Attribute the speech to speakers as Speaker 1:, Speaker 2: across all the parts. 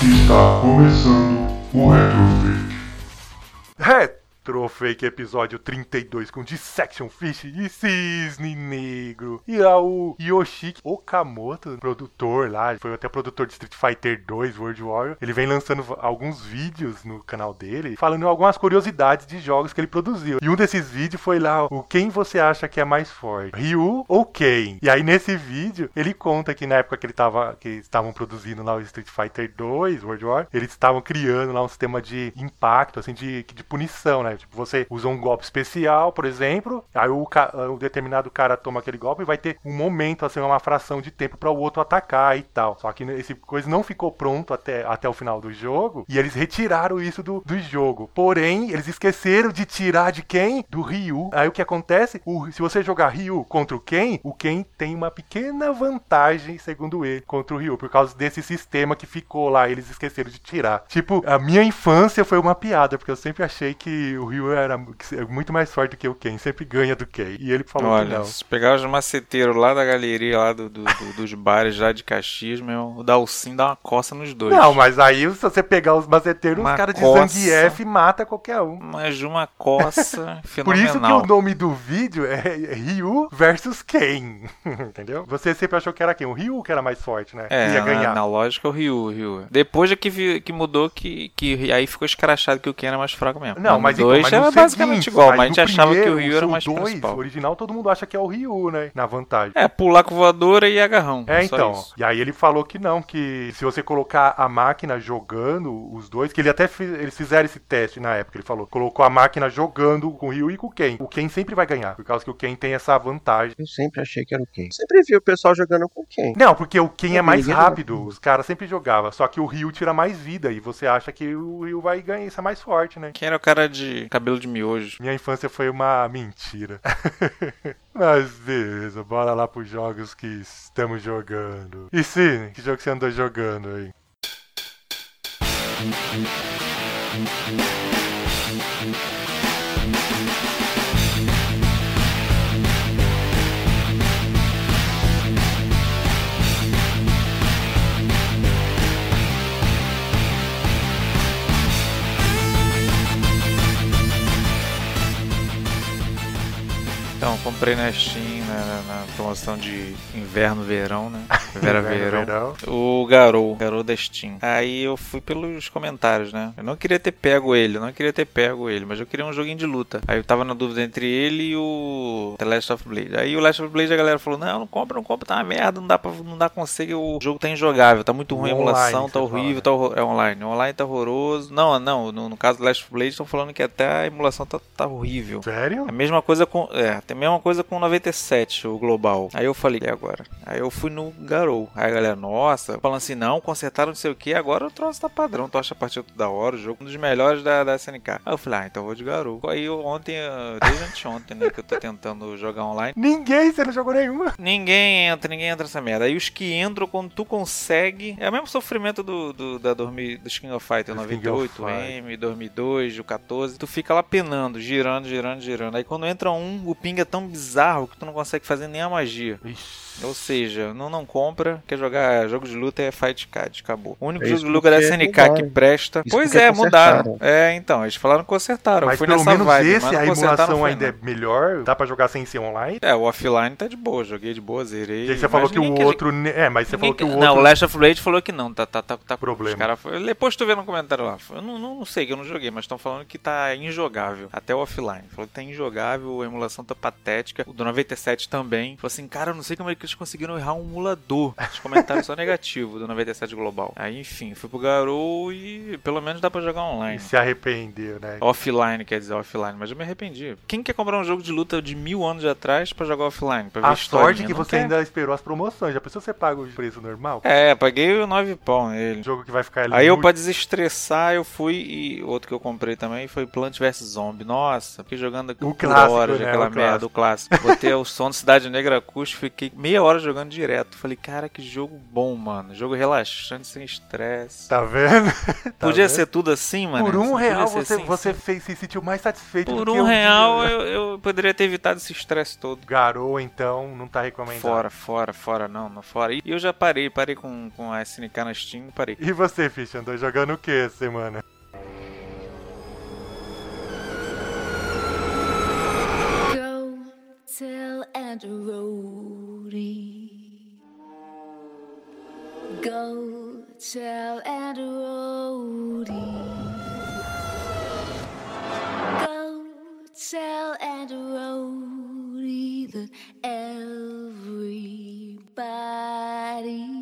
Speaker 1: Está começando o Retrofit.
Speaker 2: Retrofake episódio 32 com Dissection Fish e Cisne Negro. E lá o Yoshiki Okamoto, produtor lá, foi até produtor de Street Fighter 2 World Warrior. Ele vem lançando v- alguns vídeos no canal dele, falando algumas curiosidades de jogos que ele produziu. E um desses vídeos foi lá o quem você acha que é mais forte, Ryu ou Ken? E aí nesse vídeo ele conta que na época que ele tava que estavam produzindo lá o Street Fighter 2 World War, eles estavam criando lá um sistema de impacto, assim, de, de punição, né? Tipo, você usa um golpe especial, por exemplo, aí o, ca- o determinado cara toma aquele golpe e vai ter um momento, assim, uma fração de tempo para o outro atacar e tal. Só que esse coisa não ficou pronto até, até o final do jogo e eles retiraram isso do, do jogo. Porém, eles esqueceram de tirar de quem? Do Ryu. Aí o que acontece? O- se você jogar Ryu contra o Ken, o Ken tem uma pequena vantagem, segundo ele, contra o Ryu, por causa desse sistema que ficou lá, eles esqueceram de tirar. Tipo, a minha infância foi uma piada, porque eu sempre achei que o Ryu era muito mais forte do que o Ken, sempre ganha do Ken. E ele falou que
Speaker 3: Olha,
Speaker 2: não.
Speaker 3: se pegar os maceteiros lá da galeria, lá do, do- do- dos bares já de Caxias, meu, o Dalcin dá uma coça nos dois.
Speaker 2: Não, mas aí se você pegar os maceteiros, os
Speaker 3: Uma
Speaker 2: caras de
Speaker 3: coça.
Speaker 2: sangue F mata qualquer um.
Speaker 3: Mas uma coça
Speaker 2: Por isso que
Speaker 3: fenomenal.
Speaker 2: o nome do vídeo é Ryu versus Ken. Entendeu? Você sempre achou que era quem? O Ryu que era mais forte, né?
Speaker 3: É,
Speaker 2: Que ia
Speaker 3: na-
Speaker 2: ganhar.
Speaker 3: Na, lógica, o Ryu, o Ryu. Depois é que, vi- que mudou, que, que aí ficou escrachado que o Ken era mais fraco mesmo.
Speaker 2: Não, mas
Speaker 3: mas o
Speaker 2: então,
Speaker 3: 2
Speaker 2: mas
Speaker 3: era
Speaker 2: no
Speaker 3: basicamente
Speaker 2: seguinte,
Speaker 3: igual, mas
Speaker 2: no
Speaker 3: a gente achava que o
Speaker 2: primeiro,
Speaker 3: Ryu era
Speaker 2: seu
Speaker 3: mais
Speaker 2: dois,
Speaker 3: principal.
Speaker 2: original, todo mundo acha que é o Ryu, né? Na vantagem.
Speaker 3: É, pular com voadora e agarrão.
Speaker 2: É,
Speaker 3: só
Speaker 2: então.
Speaker 3: isso.
Speaker 2: E aí ele falou que não, que se você colocar a máquina jogando os dois, que ele até fi- eles fizeram esse teste na época, ele falou, colocou a máquina jogando com o Ryu e com o Ken. O Ken sempre vai ganhar, por causa que o Ken tem essa vantagem.
Speaker 4: Eu sempre achei que era o Ken. Sempre vi o pessoal jogando com quem.
Speaker 2: Não, porque o Ken é
Speaker 4: Não,
Speaker 2: mais
Speaker 4: ninguém joga
Speaker 2: rápido, os caras sempre jogavam, só que o Ryu tira mais vida e você acha que o Ryu vai ganhar, isso é mais forte, né?
Speaker 3: Quem era o cara de cabelo de miojo?
Speaker 2: Minha infância foi uma mentira. Mas beleza, bora lá pros jogos que estamos jogando. E Cine, que jogo que você andou jogando aí?
Speaker 3: Então, comprei na Steam, na, na- na promoção de inverno-verão, né? Vera-verão.
Speaker 2: Verão.
Speaker 3: O Garou, Garou da Steam. Aí eu fui pelos comentários, né? Eu não queria ter pego ele, eu não queria ter pego ele, mas eu queria um joguinho de luta. Aí eu tava na dúvida entre ele e o The Last of Blade. Aí o Last of Blade a galera falou: "Não, não compra, não compra, tá uma merda, não dá para não dá consegue, o jogo tá injogável, tá muito ruim a
Speaker 2: Online,
Speaker 3: emulação,
Speaker 2: você
Speaker 3: tá
Speaker 2: fala,
Speaker 3: horrível,
Speaker 2: né?
Speaker 3: tá horror... é online. Online tá horroroso. Não, não, no, no caso do Last of Blade estão falando que até a emulação tá, tá horrível.
Speaker 2: Sério?
Speaker 3: A mesma coisa com. É, tem a mesma coisa com o 97, o global. Aí eu falei, e agora? Aí eu fui no Garou. Aí a galera, nossa, falando assim, não, consertaram não sei o que, agora o troço tá padrão, tu acha a partida da hora, o jogo um dos melhores da, da SNK. Aí eu falei, ah, então eu vou de Garou. Aí eu ontem, eh, desde anteontem, né, que eu tô tentando jogar online.
Speaker 2: Ninguém, você não jogou nenhuma.
Speaker 3: Ninguém entra, ninguém entra nessa merda. Aí os que entram, quando tu consegue. É o mesmo sofrimento do, do, da 2000 dos King of Fighter
Speaker 2: Dos King of
Speaker 3: 98, M, 2002, o 14. Tu fica lá penando, girando, girando, girando. Aí quando entra um, o ping é tão bizarro que tu não consegue fazer nem a magia. Ou seja, não, não compra, quer jogar jogo de luta é Fight Card, acabou. O único
Speaker 4: É
Speaker 3: jogo
Speaker 4: isso
Speaker 3: de luta da
Speaker 4: porque
Speaker 3: SNK que
Speaker 4: mudaram.
Speaker 3: presta.
Speaker 4: Isso
Speaker 3: pois
Speaker 4: porque
Speaker 3: é,
Speaker 4: consertaram.
Speaker 3: mudaram. É, então, eles falaram que consertaram.
Speaker 2: Mas
Speaker 3: Foi
Speaker 2: pelo
Speaker 3: nessa
Speaker 2: menos
Speaker 3: vibe,
Speaker 2: esse,
Speaker 3: mas tá não
Speaker 2: a
Speaker 3: consertaram,
Speaker 2: emulação
Speaker 3: foi,
Speaker 2: ainda
Speaker 3: não.
Speaker 2: é melhor, dá pra jogar sem ser online.
Speaker 3: É, o offline tá de boa, joguei de boa, zerei.
Speaker 2: E aí você falou
Speaker 3: mas
Speaker 2: que o
Speaker 3: ninguém quer-
Speaker 2: outro. ne- É, mas você falou que o outro.
Speaker 3: Não, o Last of Blade falou que não, tá, tá, tá, tá
Speaker 2: Problema.
Speaker 3: Os cara, foi- depois tu vê no comentário lá. Eu não, não, não sei, que eu não joguei, mas estão falando que tá injogável. Até o offline. Falou que tá injogável, a emulação tá patética. O do 97 também. Falou assim, cara, eu não sei como é que eles conseguiram errar um emulador. Os comentários só negativo do 97 Global. Aí, enfim, fui pro Garou e pelo menos dá pra jogar
Speaker 2: E
Speaker 3: online.
Speaker 2: se arrependeu, né?
Speaker 3: Offline, quer dizer, offline, mas eu me arrependi. Quem quer comprar um jogo de luta de mil anos atrás pra jogar offline? Pra ver
Speaker 2: A sorte
Speaker 3: historinha?
Speaker 2: que
Speaker 3: Não
Speaker 2: você
Speaker 3: quer.
Speaker 2: ainda esperou as promoções. Já pensou se você paga o preço normal?
Speaker 3: É, paguei o 9 pau né? nele.
Speaker 2: O jogo que vai ficar ali.
Speaker 3: Aí eu,
Speaker 2: no-
Speaker 3: pra desestressar, eu fui e outro que eu comprei também foi Plant vs Zombie. Nossa, fiquei jogando
Speaker 2: O
Speaker 3: por
Speaker 2: clássico,
Speaker 3: horas
Speaker 2: né?
Speaker 3: aquela
Speaker 2: O
Speaker 3: merda, o clássico. Botei o som do Cidade Negra acústico, fiquei meia hora jogando direto. Falei, cara, que jogo bom, mano. Jogo relaxante, sem estresse.
Speaker 2: Tá vendo? Tá
Speaker 3: Podia
Speaker 2: vendo?
Speaker 3: ser tudo assim, mano.
Speaker 2: Por um
Speaker 3: Podia
Speaker 2: real
Speaker 3: ser
Speaker 2: você,
Speaker 3: assim,
Speaker 2: você
Speaker 3: sim.
Speaker 2: fez, se sentiu mais satisfeito do
Speaker 3: Por
Speaker 2: que
Speaker 3: um
Speaker 2: eu.
Speaker 3: real eu, eu poderia ter evitado esse estresse todo.
Speaker 2: Garou, então, não tá recomendado.
Speaker 3: Fora, fora, fora, não, não fora. E eu já parei, parei com, com a SNK na Steam, parei.
Speaker 2: E você, Fish, andou jogando o que essa semana?
Speaker 5: Go tell Aunt Rhody. Go tell Aunt Rhody. Go tell Aunt Rhody that everybody's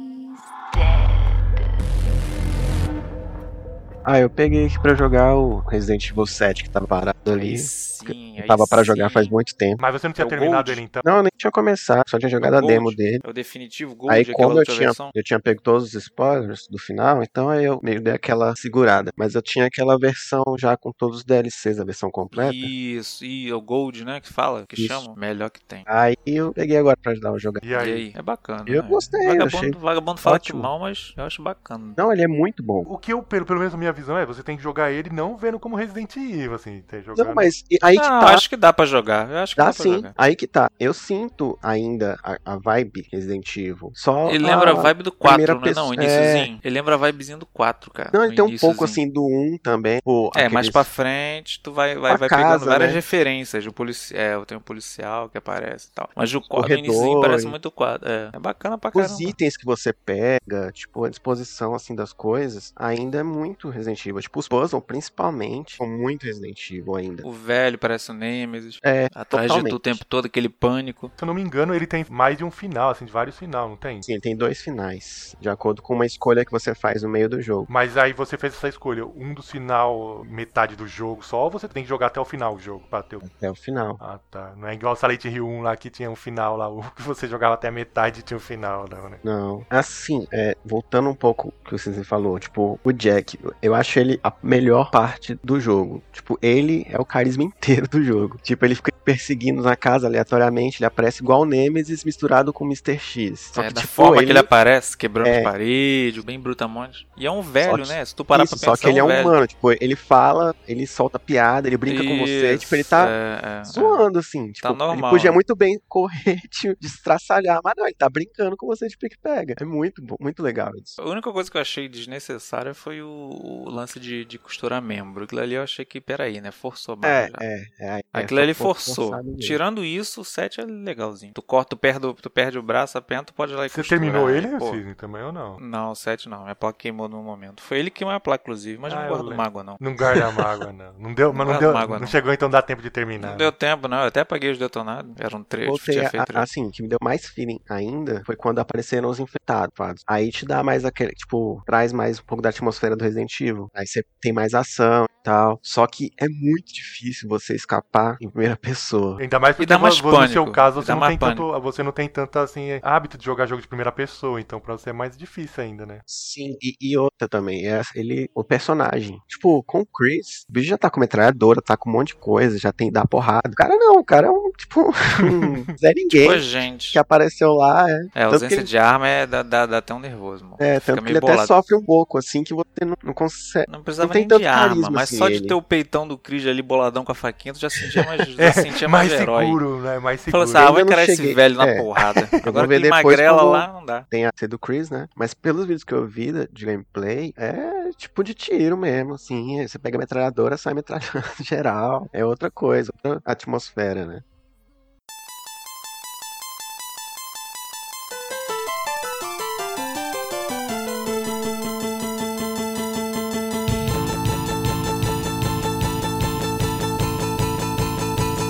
Speaker 4: Ah, eu peguei aqui pra jogar o Resident Evil 7 que tava parado ali.
Speaker 3: Sim, aí
Speaker 4: Tava pra
Speaker 3: sim.
Speaker 4: jogar faz muito tempo.
Speaker 2: Mas você não tinha
Speaker 3: É o
Speaker 2: terminado
Speaker 3: Gold?
Speaker 2: ele, então?
Speaker 4: Não, eu nem tinha começado, só tinha jogado a
Speaker 3: Gold.
Speaker 4: demo dele.
Speaker 3: É o definitivo Gold,
Speaker 4: Aí
Speaker 3: aquela
Speaker 4: como eu
Speaker 3: outra
Speaker 4: tinha,
Speaker 3: versão.
Speaker 4: eu tinha pego todos os spoilers do final, então aí eu meio dei aquela segurada. Mas eu tinha aquela versão já com todos os DLCs, a versão completa.
Speaker 3: Isso, e é o Gold, né? Que fala, que
Speaker 4: né, Isso.
Speaker 3: chama. Melhor que tem.
Speaker 4: Aí eu peguei agora pra ajudar a jogar.
Speaker 2: E aí?
Speaker 3: E aí? É bacana.
Speaker 4: Eu
Speaker 3: né?
Speaker 4: gostei, eu
Speaker 3: Vagabundo,
Speaker 4: achei
Speaker 3: vagabundo fala que
Speaker 4: ótimo.
Speaker 3: mal, mas eu acho bacana.
Speaker 4: Não, ele é muito bom.
Speaker 2: O que eu, pelo, pelo menos a minha visão é, você tem que jogar ele não vendo como Resident Evil, assim, ter jogado.
Speaker 4: Não, mas e- aí que
Speaker 3: Ah,
Speaker 4: tá.
Speaker 3: acho que dá pra jogar. Eu acho que dá,
Speaker 4: Dá
Speaker 3: pra
Speaker 4: sim,
Speaker 3: jogar.
Speaker 4: aí que tá. Eu sinto ainda a, a vibe Resident Evil. Só
Speaker 3: Ele lembra a vibe do 4,
Speaker 4: primeira
Speaker 3: né?
Speaker 4: pessoa- é.
Speaker 3: Não, o iníciozinho. Ele lembra a vibezinha do 4, cara.
Speaker 4: Não, ele
Speaker 3: o
Speaker 4: tem um pouco
Speaker 3: iniciozinho.
Speaker 4: assim do 1 também. pô,
Speaker 3: É, mais
Speaker 4: aqueles-
Speaker 3: pra frente, tu vai, vai, vai
Speaker 4: Pra casa,
Speaker 3: pegando várias
Speaker 4: né?
Speaker 3: referências. O polici... É, tem um policial que aparece e tal. Mas o quadro
Speaker 4: corredores.
Speaker 3: início parece muito quadro. É, é bacana pra caramba.
Speaker 4: Os itens que você pega, tipo, a disposição assim das coisas, ainda é muito Resident Evil. Tipo, os puzzles, principalmente, são muito Resident Evil ainda.
Speaker 3: O velho parece o Nemesis.
Speaker 4: É,
Speaker 3: Atrás de
Speaker 4: totalmente.
Speaker 3: tu o tempo todo, aquele pânico.
Speaker 2: Se eu não me engano, ele tem mais de um final, assim, de vários final, não tem?
Speaker 4: Sim, ele tem dois finais, de acordo com uma escolha que você faz no meio do jogo.
Speaker 2: Mas aí você fez essa escolha, um dos final, metade do jogo só, ou você tem que jogar até o final o jogo pra ter o...
Speaker 4: Até é o final.
Speaker 2: Ah, tá. Não é igual o Silent Hill 1 lá, que tinha um final lá, o que você jogava até a metade e tinha um final, não, né?
Speaker 4: Não. Assim, é, voltando um pouco o que o Cisne falou, tipo, o Jack, eu acho ele a melhor parte do jogo. Tipo, ele é o carisma inteiro do jogo. Tipo, ele fica perseguindo na casa aleatoriamente, ele aparece igual o Nemesis misturado com o Mr. X. Só
Speaker 3: é,
Speaker 4: que,
Speaker 3: da
Speaker 4: tipo,
Speaker 3: forma
Speaker 4: ele...
Speaker 3: que ele aparece, quebrando
Speaker 4: É.
Speaker 3: parede, bem brutamonte. E é um velho,
Speaker 4: que-
Speaker 3: né? Se tu parar
Speaker 4: Isso,
Speaker 3: pra pensar,
Speaker 4: só que ele é
Speaker 3: um
Speaker 4: um
Speaker 3: velho.
Speaker 4: humano, tipo, ele fala, ele solta piada, ele brinca com você, tipo, ele tá
Speaker 3: é, é, é.
Speaker 4: zoando, assim, tipo,
Speaker 3: normal,
Speaker 4: ele podia
Speaker 3: né?
Speaker 4: muito bem correr, te destraçalhar, mas não, ele tá brincando com você de pique-pega. É muito bom, muito legal isso.
Speaker 3: A única coisa que eu achei desnecessária foi o, o lance de, de costurar membro. Aquilo ali eu achei que, peraí, né? Forçou
Speaker 4: É,
Speaker 3: mais. já.
Speaker 4: é, é. é
Speaker 3: Aquilo
Speaker 4: foi
Speaker 3: ali
Speaker 4: um pouco
Speaker 3: forçou.
Speaker 4: forçado mesmo.
Speaker 3: Tirando isso, o 7 é legalzinho. Tu corta, tu perde, o- tu perde o braço, a perna, tu pode ir lá e
Speaker 2: Você
Speaker 3: costurar,
Speaker 2: terminou
Speaker 3: né?
Speaker 2: ele,
Speaker 3: Pô,
Speaker 2: Cisne, também ou não?
Speaker 3: Não, o 7 não. Minha placa queimou no momento. Foi ele que queimou a placa, inclusive, mas
Speaker 2: Ah,
Speaker 3: não
Speaker 2: eu
Speaker 3: guardo
Speaker 2: lembro.
Speaker 3: mágoa, não.
Speaker 2: Não guarda a mágoa, não. Não deu, mas não,
Speaker 3: Não guarda
Speaker 2: deu,
Speaker 3: mágoa,
Speaker 2: não
Speaker 3: não.
Speaker 2: chegou então dá tempo de terminar.
Speaker 3: Não deu tempo, não. Eu até apaguei os detonados. Eram três,
Speaker 4: Voltei
Speaker 3: tinha
Speaker 4: a,
Speaker 3: feito
Speaker 4: a-
Speaker 3: três.
Speaker 4: assim, o que me deu mais feeling ainda foi quando apareceram os infectados. Aí te dá mais aquele, tipo, traz mais um pouco da atmosfera do Resident Evil. Aí você tem mais ação e tal. Só que é muito difícil você escapar em primeira pessoa.
Speaker 2: Ainda mais porque
Speaker 3: dá mais
Speaker 2: vo- vo- no seu
Speaker 3: pânico.
Speaker 2: caso
Speaker 3: E
Speaker 2: você
Speaker 3: dá
Speaker 2: não,
Speaker 3: mais
Speaker 2: tem tanto, você não tem tanto assim, hábito de jogar jogo de primeira pessoa, então pra você é mais difícil ainda, né?
Speaker 4: Sim, e, e outra também, é ele, o personagem. Tipo, com o Chris, o bicho já tá com metralhadora, tá com um monte de coisa, já tem, dá porrada. O cara não, o cara é um, tipo, um Zé Ninguém
Speaker 3: Pô, gente.
Speaker 4: que apareceu lá, é.
Speaker 3: É, a
Speaker 4: Tanto que
Speaker 3: ausência
Speaker 4: ele-
Speaker 3: de arma é, dá, dá, dá até um nervoso, mano.
Speaker 4: É,
Speaker 3: Fica
Speaker 4: tanto que
Speaker 3: meio
Speaker 4: ele até
Speaker 3: bolado.
Speaker 4: sofre um pouco, assim, que você não, não consegue.
Speaker 3: Não precisava
Speaker 4: não tem
Speaker 3: nem
Speaker 4: tanto
Speaker 3: de arma,
Speaker 4: carisma
Speaker 3: mas
Speaker 4: assim,
Speaker 3: só de
Speaker 4: ele.
Speaker 3: ter o peitão do Chris ali boladão com a faquinha, tu já sentia mais, já sentia mais,
Speaker 2: mais
Speaker 3: herói.
Speaker 2: seguro, né? Mais seguro.
Speaker 3: Falou assim, ah,
Speaker 4: Eu
Speaker 3: vou
Speaker 4: ainda não
Speaker 3: encarar esse
Speaker 4: cheguei.
Speaker 3: velho na
Speaker 4: É.
Speaker 3: porrada.
Speaker 4: vou
Speaker 3: Agora
Speaker 4: ver
Speaker 3: aquele
Speaker 4: depois
Speaker 3: magrela
Speaker 4: quando-
Speaker 3: lá não dá.
Speaker 4: Tem a ser do Chris, né? Mas pelos vídeos que eu vi da- de gameplay, é tipo de tiro mesmo, assim. Você pega a metralhadora, sai metralhando geral. É outra coisa, outra atmosfera, né?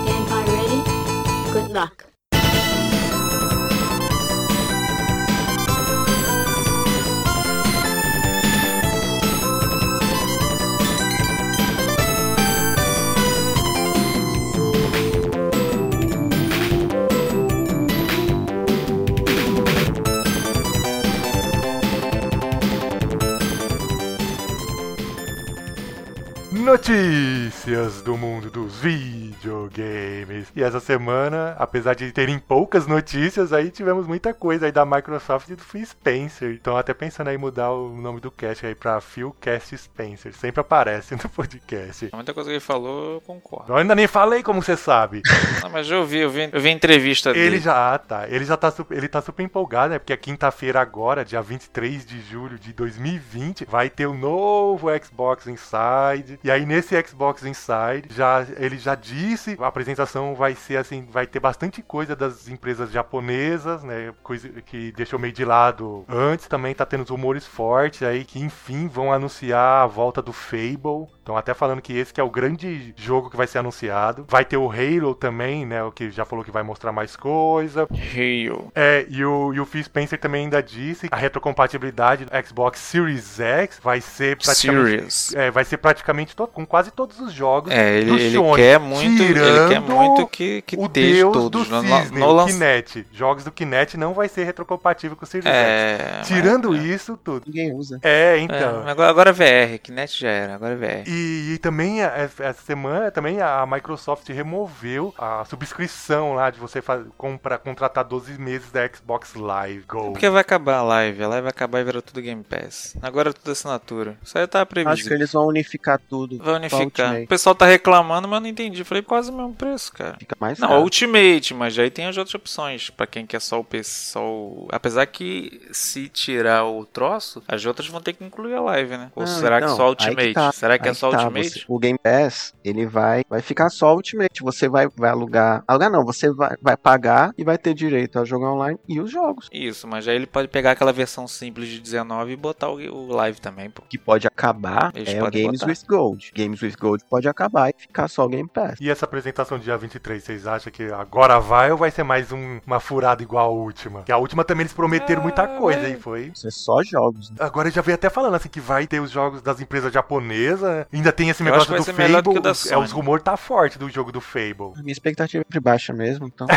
Speaker 5: Stand by ready. Good luck.
Speaker 2: notícias do mundo dos videogames. E essa semana, apesar de terem poucas notícias, aí tivemos muita coisa aí da Microsoft e do Phil Spencer. Então até pensando aí mudar o nome do cast aí pra Philcast Spencer. Sempre aparece no podcast.
Speaker 3: Muita coisa que ele falou, eu concordo.
Speaker 2: Eu ainda nem falei como você sabe.
Speaker 3: Não, mas eu vi, eu vi, eu vi a entrevista
Speaker 2: Ele
Speaker 3: dele.
Speaker 2: já ah, tá, ele já tá super, ele tá super empolgado, né? Porque é quinta-feira agora, dia 23 de julho de 2020, vai ter o novo Xbox Inside. E aí nesse Xbox Inside, já ele já disse, a apresentação vai ser assim, vai ter bastante coisa das empresas japonesas, né? Coisa que deixou meio de lado antes também tá tendo os rumores fortes aí que enfim vão anunciar a volta do Fable. Então até falando que esse que é o grande jogo que vai ser anunciado. Vai ter o Halo também, né? O que já falou que vai mostrar mais coisa.
Speaker 3: Rio.
Speaker 2: É, e o, e o Phil Spencer também ainda disse que a retrocompatibilidade do Xbox Series X vai ser praticamente.
Speaker 3: Serious.
Speaker 2: É, vai ser praticamente to- com quase todos os jogos.
Speaker 3: É, ele,
Speaker 2: do
Speaker 3: ele
Speaker 2: Sony,
Speaker 3: quer muito, ele quer
Speaker 2: tirando
Speaker 3: muito que, que
Speaker 2: o
Speaker 3: esteja
Speaker 2: Deus
Speaker 3: todos.
Speaker 2: do
Speaker 3: no, no-
Speaker 2: Cisne,
Speaker 3: no
Speaker 2: o
Speaker 3: lan-
Speaker 2: Kinect. Jogos do Kinect não vai ser retrocompatível com o Series X.
Speaker 3: É,
Speaker 2: Tirando
Speaker 3: mas-
Speaker 2: isso tudo.
Speaker 4: Ninguém usa.
Speaker 2: É,
Speaker 3: É,
Speaker 2: então.
Speaker 3: mas agora, agora é VR, Kinect já era, agora é VR.
Speaker 2: E, e também a- essa essa semana também a Microsoft removeu a subscrição lá de você fa- comprar, contratar 12 meses da Xbox Live Gold.
Speaker 3: É Porque vai acabar a live, a live vai acabar e virou tudo Game Pass. Agora é tudo assinatura. Isso aí tava previsto.
Speaker 4: Acho que eles vão unificar tudo.
Speaker 3: Vai
Speaker 4: Só o
Speaker 3: unificar. O
Speaker 4: Ultimate.
Speaker 3: pessoal tá reclamando, mas não entendi. Falei quase o mesmo preço, cara.
Speaker 4: Fica mais
Speaker 3: Não,
Speaker 4: caro.
Speaker 3: Ultimate, mas aí tem as outras opções. Pra quem quer só o PC, só o- Apesar que se tirar o troço, as outras vão ter que incluir a live, né? Ou
Speaker 4: Não,
Speaker 3: será que
Speaker 4: então,
Speaker 3: só o
Speaker 4: aí
Speaker 3: Ultimate?
Speaker 4: tá,
Speaker 3: Será que é
Speaker 4: aí
Speaker 3: só o
Speaker 4: tá,
Speaker 3: Ultimate?
Speaker 4: você- o Game Pass, ele vai, vai ficar só o Ultimate. Você vai, vai alugar. Alugar não, você vai, vai pagar e vai ter direito a jogar online e os jogos.
Speaker 3: Isso, mas aí ele pode pegar aquela versão simples de 19 e botar o, o live também, pô.
Speaker 4: O que pode acabar
Speaker 3: Eles
Speaker 4: é o
Speaker 3: podem
Speaker 4: Games
Speaker 3: botar.
Speaker 4: with Gold. Games with Gold pode acabar e ficar só o Game Pass.
Speaker 2: E essa apresentação do dia 23, vocês acham que agora vai ou vai ser mais um- uma furada igual a última? Que a última também eles prometeram muita
Speaker 3: Ah,
Speaker 2: coisa
Speaker 3: vai.
Speaker 2: e foi.
Speaker 4: Isso é só jogos. né?
Speaker 2: Agora eu já veio até falando assim que vai ter os jogos das empresas japonesas. Ainda tem esse
Speaker 3: Eu
Speaker 2: negócio
Speaker 3: acho que vai
Speaker 2: do
Speaker 3: ser
Speaker 2: Fable.
Speaker 3: melhor do que o da
Speaker 2: os- é,
Speaker 3: Sony.
Speaker 2: os rumores tá forte do jogo do Fable.
Speaker 4: A minha expectativa é sempre baixa mesmo, então.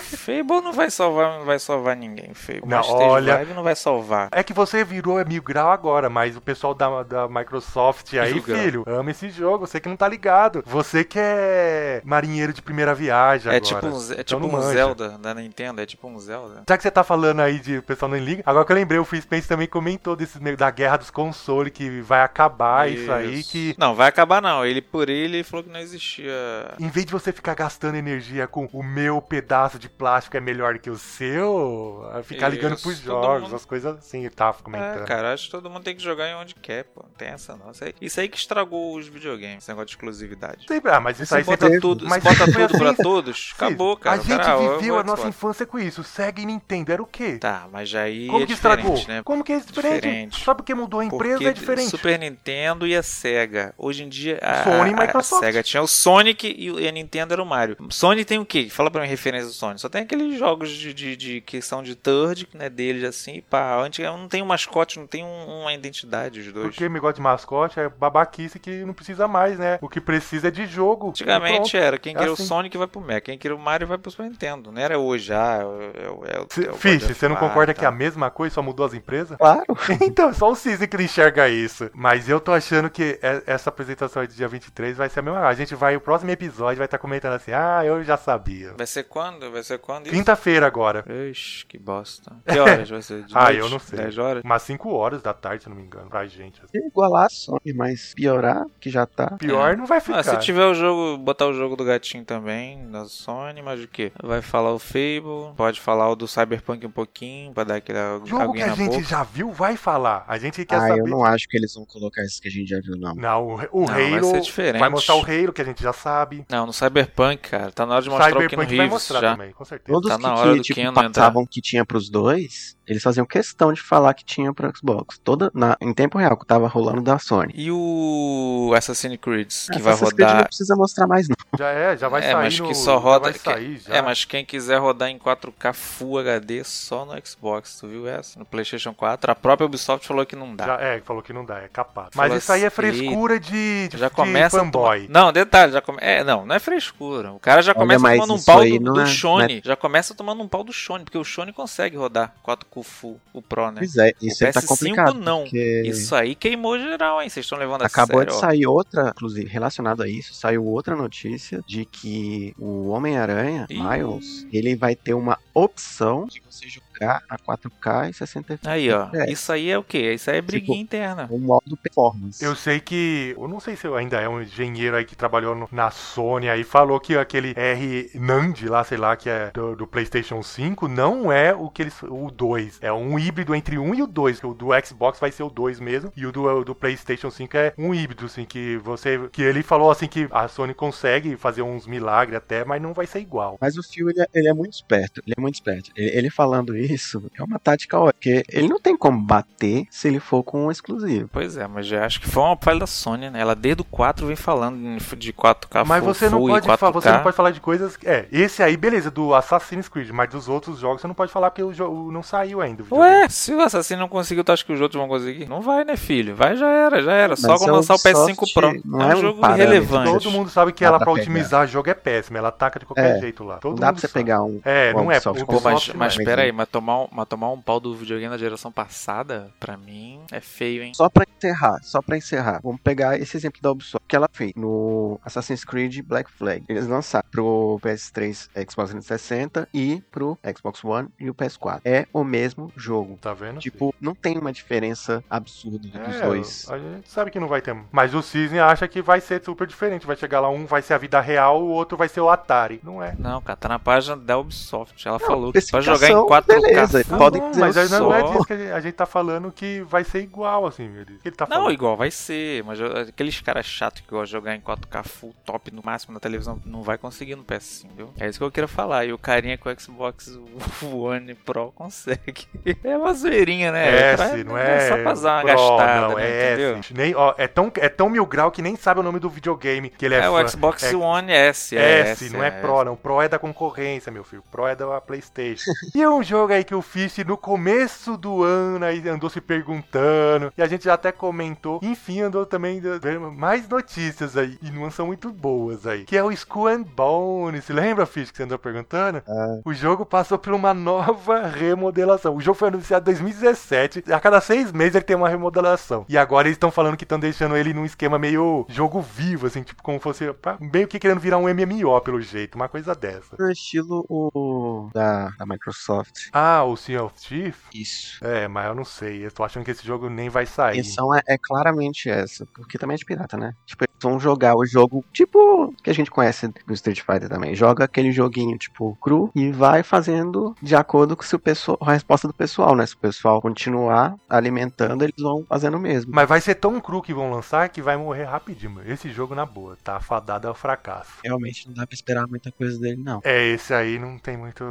Speaker 3: Fable não vai salvar, não vai salvar ninguém. Fable
Speaker 2: Não,
Speaker 3: Master
Speaker 2: olha-
Speaker 3: Live não vai salvar.
Speaker 2: É que você virou mil grau agora, mas o pessoal da, da Microsoft aí,
Speaker 3: Mil grau.
Speaker 2: filho, ama esse jogo. Você que não tá ligado. Você que é marinheiro de primeira viagem
Speaker 3: É
Speaker 2: agora.
Speaker 3: tipo um, Ze- é
Speaker 2: Então
Speaker 3: tipo
Speaker 2: não
Speaker 3: um
Speaker 2: manja.
Speaker 3: Zelda da Nintendo, é tipo um Zelda.
Speaker 2: Já que você tá falando aí de o pessoal não liga, agora que eu lembrei, o Phil Spencer também comentou desse ne- da guerra dos consoles, que vai acabar Ah, isso, aí, que
Speaker 3: Não, vai acabar não. Ele por ele falou que não existia.
Speaker 2: em vez de você ficar gastando energia com o meu pedaço de plástico é melhor que o seu, é ficar ligando
Speaker 3: Isso,
Speaker 2: pros
Speaker 3: todo
Speaker 2: jogos,
Speaker 3: mundo-
Speaker 2: as coisas assim, ele tava comentando.
Speaker 3: É, cara, acho que todo mundo tem que jogar em onde quer, pô. Não tem essa não. Isso aí, isso aí que estragou os videogames, esse negócio de exclusividade.
Speaker 2: Sempre- ah, mas isso
Speaker 3: Você
Speaker 2: aí
Speaker 3: bota
Speaker 2: sempre-
Speaker 3: tudo,
Speaker 2: mas
Speaker 3: você bota
Speaker 2: foi
Speaker 3: tudo pra
Speaker 2: assim,
Speaker 3: todos, acabou,
Speaker 2: Cid,
Speaker 3: cara.
Speaker 2: A gente
Speaker 3: Cara, eu
Speaker 2: viveu
Speaker 3: vou
Speaker 2: a nossa
Speaker 3: Xbox.
Speaker 2: infância com isso. Sega e Nintendo era o quê?
Speaker 3: Tá, mas aí
Speaker 2: Como
Speaker 3: é
Speaker 2: que estragou?
Speaker 3: diferente, né?
Speaker 2: Como que é diferente?
Speaker 3: Diferente.
Speaker 2: Só porque mudou a empresa
Speaker 3: Porque
Speaker 2: é diferente.
Speaker 3: Super Nintendo e a Sega. Hoje em dia a,
Speaker 2: Sony e
Speaker 3: a-
Speaker 2: Microsoft.
Speaker 3: a Sega tinha o Sonic e o- e a Nintendo era o Mario. Sony tem o quê? Fala pra mim a referência do Sony. Só tem aqueles jogos de, de- de- que são de third, né, deles assim, pá, antes não tem um mascote, não tem um- uma identidade os dois.
Speaker 2: Porque o negócio de mascote é babaquice que não precisa mais, né? O que precisa é de jogo.
Speaker 3: Antigamente
Speaker 2: E pronto.
Speaker 3: era, quem
Speaker 2: É
Speaker 3: queria
Speaker 2: assim.
Speaker 3: o Sonic vai pro Mac, quem queria o Mario vai pro Super Nintendo. Não era hoje, ah, é o- é o- é
Speaker 2: Cê-
Speaker 3: o
Speaker 2: Fish,
Speaker 3: God of
Speaker 2: você não
Speaker 3: War tá.
Speaker 2: concorda
Speaker 3: e
Speaker 2: que é a
Speaker 3: tal.
Speaker 2: mesma coisa, só mudou as empresas?
Speaker 4: Claro.
Speaker 2: então, só o Cisne que ele enxerga isso. Mas eu tô achando que é- essa apresentação aí do dia 23 vai ser a mesma. A gente vai, o próximo episódio vai estar comentando assim, ah, eu já sabia.
Speaker 3: Vai ser quando? Vai ser quando? isso?
Speaker 2: Quinta-feira agora.
Speaker 3: Ixi, que bosta. Que horas vai ser? De
Speaker 2: Ah,
Speaker 3: noite?
Speaker 2: eu não sei.
Speaker 3: 10 horas?
Speaker 2: Umas 5 horas da tarde, se não me engano, pra gente.
Speaker 4: Se Igualar é a Sony, mas piorar, que já tá.
Speaker 2: Pior não vai
Speaker 3: Ah,
Speaker 2: ficar.
Speaker 3: se tiver o jogo, botar o jogo do gatinho também, da Sony, mas o que? Vai falar o Fable, pode falar o do Cyberpunk um pouquinho, pra dar aquela
Speaker 2: Jogo que
Speaker 3: aguinha
Speaker 2: a
Speaker 3: na
Speaker 2: gente
Speaker 3: boca.
Speaker 2: já viu, vai falar. A gente quer
Speaker 4: Ah,
Speaker 2: saber.
Speaker 4: eu não acho que eles vão colocar isso que a gente já viu, não.
Speaker 2: Não, o, o
Speaker 3: Não, vai
Speaker 2: Halo.
Speaker 3: ser diferente.
Speaker 2: Vai mostrar o Halo, que a gente já sabe.
Speaker 3: Não, no Cyberpunk, cara, tá na hora de mostrar o Keanu
Speaker 2: Cyberpunk vai
Speaker 3: Reeves
Speaker 2: mostrar
Speaker 3: já.
Speaker 2: também, com certeza.
Speaker 4: Todos
Speaker 3: Tá
Speaker 4: que,
Speaker 3: na hora
Speaker 4: que,
Speaker 3: do
Speaker 4: tipo,
Speaker 3: Keanu
Speaker 4: passavam que tinha pros dois, eles faziam questão de falar que tinha pro Xbox. Toda, na, em tempo real, que tava rolando da Sony.
Speaker 3: E o Assassin's Creed, que vai
Speaker 4: Assassin's Creed não
Speaker 3: rodar...
Speaker 4: precisa mostrar mais, não.
Speaker 2: Já é, já vai
Speaker 3: É,
Speaker 2: sair
Speaker 3: mas
Speaker 2: no-
Speaker 3: que só
Speaker 2: Já
Speaker 3: roda-
Speaker 2: vai sair, já.
Speaker 3: É, mas quem quiser rodar em 4K Full HD só no Xbox, tu viu essa? No PlayStation 4, a própria Ubisoft falou que não dá.
Speaker 2: Já- é, falou que não dá, é capaz.
Speaker 3: Falou
Speaker 2: Mas isso aí é
Speaker 3: assim,
Speaker 2: frescura de, de,
Speaker 3: já
Speaker 2: de
Speaker 3: começa a
Speaker 2: fanboy.
Speaker 3: tomar- Não, detalhe, já come... é, não, não é frescura. O cara já
Speaker 4: Olha,
Speaker 3: começa
Speaker 4: mas
Speaker 3: tomando um
Speaker 4: isso
Speaker 3: pau
Speaker 4: aí
Speaker 3: do,
Speaker 4: não
Speaker 3: do
Speaker 4: é-
Speaker 3: Shone, já começa tomando um pau do Shone, porque o Shone consegue rodar 4K o full, o pro, né?
Speaker 4: Pois é, isso
Speaker 3: O
Speaker 4: aí tá
Speaker 3: PS5
Speaker 4: complicado.
Speaker 3: não.
Speaker 4: porque
Speaker 3: Isso aí queimou geral, hein? Vocês estão levando a
Speaker 4: Acabou
Speaker 3: sério.
Speaker 4: de
Speaker 3: ó.
Speaker 4: sair outra, inclusive relacionada a isso, saiu outra notícia de que o Homem-Aranha,
Speaker 3: Ih.
Speaker 4: Miles, ele vai ter uma opção de você jogar a 4K e 60
Speaker 3: Aí, ó.
Speaker 4: É.
Speaker 3: Isso aí é o quê? Isso aí é briguinha
Speaker 4: Tipo,
Speaker 3: interna.
Speaker 4: um modo performance.
Speaker 2: Eu sei que. Eu não sei se eu ainda é um engenheiro aí que trabalhou no- na Sony aí, falou que aquele R Nand lá, sei lá, que é do, do PlayStation 5, não é o que eles. o 2. É um híbrido entre o 1 e o 2. que O do Xbox vai ser o 2 mesmo. E o do, o do PlayStation 5 é um híbrido, assim, que você. Que ele falou assim que a Sony consegue fazer uns milagres até, mas não vai ser igual.
Speaker 4: Mas o Phil, ele é, ele é muito esperto. Ele é muito esperto. Ele, ele falando isso é uma tática ótima. Porque ele não tem como bater se ele for com um exclusivo.
Speaker 3: Pois é, mas já acho que foi uma falha da Sony, né? Ela desde o 4 vem falando de 4K
Speaker 2: Mas
Speaker 3: Tá full,
Speaker 2: você não,
Speaker 3: full e
Speaker 2: pode fa-
Speaker 3: 4K.
Speaker 2: você não pode falar de coisas. É, esse aí, beleza, do Assassin's Creed, mas dos outros jogos você não pode falar porque o jogo não saiu ainda. o videogame.
Speaker 3: Ué, se o assassino não conseguiu, tu acha que os outros vão conseguir? Não vai, né, filho? Vai, já era, já era. Só
Speaker 4: Mas
Speaker 3: quando
Speaker 4: a
Speaker 3: lançar o PS5
Speaker 4: Ubisoft
Speaker 3: Pro.
Speaker 4: não
Speaker 3: é
Speaker 4: é
Speaker 3: um
Speaker 4: um
Speaker 3: jogo
Speaker 4: parâmetro.
Speaker 3: irrelevante.
Speaker 2: Todo mundo sabe que
Speaker 4: Dá
Speaker 2: ela
Speaker 4: pra
Speaker 2: pra
Speaker 4: pegar.
Speaker 2: otimizar jogo é péssima, ela ataca de qualquer
Speaker 4: É,
Speaker 2: jeito lá.
Speaker 4: Não
Speaker 2: Todo
Speaker 4: dá
Speaker 2: mundo
Speaker 4: pra você
Speaker 2: sabe.
Speaker 4: pegar um.
Speaker 2: É,
Speaker 4: um
Speaker 2: não é.
Speaker 4: Ubisoft
Speaker 2: o
Speaker 3: Pô, mas,
Speaker 2: Ubisoft não é.
Speaker 3: mas
Speaker 4: né?
Speaker 3: pera aí, mas tomar, um- mas tomar um pau do videogame da geração passada, pra mim, é feio, hein?
Speaker 4: Só pra encerrar, só pra encerrar, vamos pegar esse exemplo da Ubisoft que ela fez no Assassin's Creed Black Flag. Eles lançaram pro PS3, Xbox 360 e pro Xbox One e o PS4. É o mesmo jogo.
Speaker 2: Tá vendo?
Speaker 4: Tipo, não tem uma diferença absurda dos
Speaker 2: É,
Speaker 4: dois.
Speaker 2: a gente sabe que não vai ter. Mas o Cisne acha que vai ser super diferente. Vai chegar lá, um vai ser a vida real, o outro vai ser o Atari. Não é.
Speaker 3: Não, cara, tá na página da Ubisoft. Ela falou que pra
Speaker 4: especificação,
Speaker 3: jogar em 4K.
Speaker 4: beleza,
Speaker 3: full,
Speaker 4: podem
Speaker 2: não,
Speaker 4: dizer
Speaker 2: Tá mas aí não é
Speaker 3: só.
Speaker 2: disso que a gente- a gente tá falando que vai ser igual, assim. Ele, ele tá falando.
Speaker 3: Não, igual vai ser, mas eu- aqueles caras chatos que gostam de jogar em 4K full top no máximo na televisão não vai conseguir no PS5, viu? É isso que eu quero falar. E o carinha com o Xbox One Pro consegue. É uma zoeirinha, né? Pra-
Speaker 2: S, não é?
Speaker 3: Só pra usar uma
Speaker 2: Pro,
Speaker 3: gastada,
Speaker 2: não,
Speaker 3: né?
Speaker 2: é
Speaker 3: entendeu?
Speaker 2: S. Nem, ó, é, tão, é tão mil grau que nem sabe o nome do videogame que ele é,
Speaker 3: É,
Speaker 2: fã.
Speaker 3: o Xbox
Speaker 2: É
Speaker 3: One S. É
Speaker 2: S, não é, Pro, não. Pro é da concorrência, meu filho. Pro é da Playstation. e um jogo aí que eu fiz no começo do ano, aí andou se perguntando, e a gente já até comentou. Enfim, andou também vendo mais notícias aí, e não são muito boas aí. Que é o Skull and Bones. Se lembra, Fish, que você andou perguntando? O jogo passou por uma nova remodelação. O jogo foi anunciado em 2017. A cada seis meses ele tem uma remodelação. E agora eles estão falando que estão deixando ele num esquema meio jogo vivo, assim, tipo como fosse. pá, Meio que querendo virar um MMO, pelo jeito, uma coisa dessa.
Speaker 4: No É estilo o da, da Microsoft.
Speaker 2: Ah, o Sea of Thief?
Speaker 4: Isso.
Speaker 2: É, mas eu não sei. Eu tô achando que esse jogo nem vai sair.
Speaker 4: A intenção é, é claramente essa, porque também é de pirata, né? Tipo, eles vão jogar o jogo, tipo, que a gente conhece do Street Fighter também. Joga aquele joguinho, tipo, cru e vai fazendo de acordo com se o pessoal, a resposta do pessoal, né? Se o pessoal continuar alimentando, eles vão fazendo o mesmo.
Speaker 2: Mas vai ser tão cru que vão lançar que vai morrer rapidinho. mano. Esse jogo, na boa, tá fadado ao fracasso.
Speaker 4: Realmente não dá pra esperar muita coisa dele, não.
Speaker 2: É, esse aí não tem muita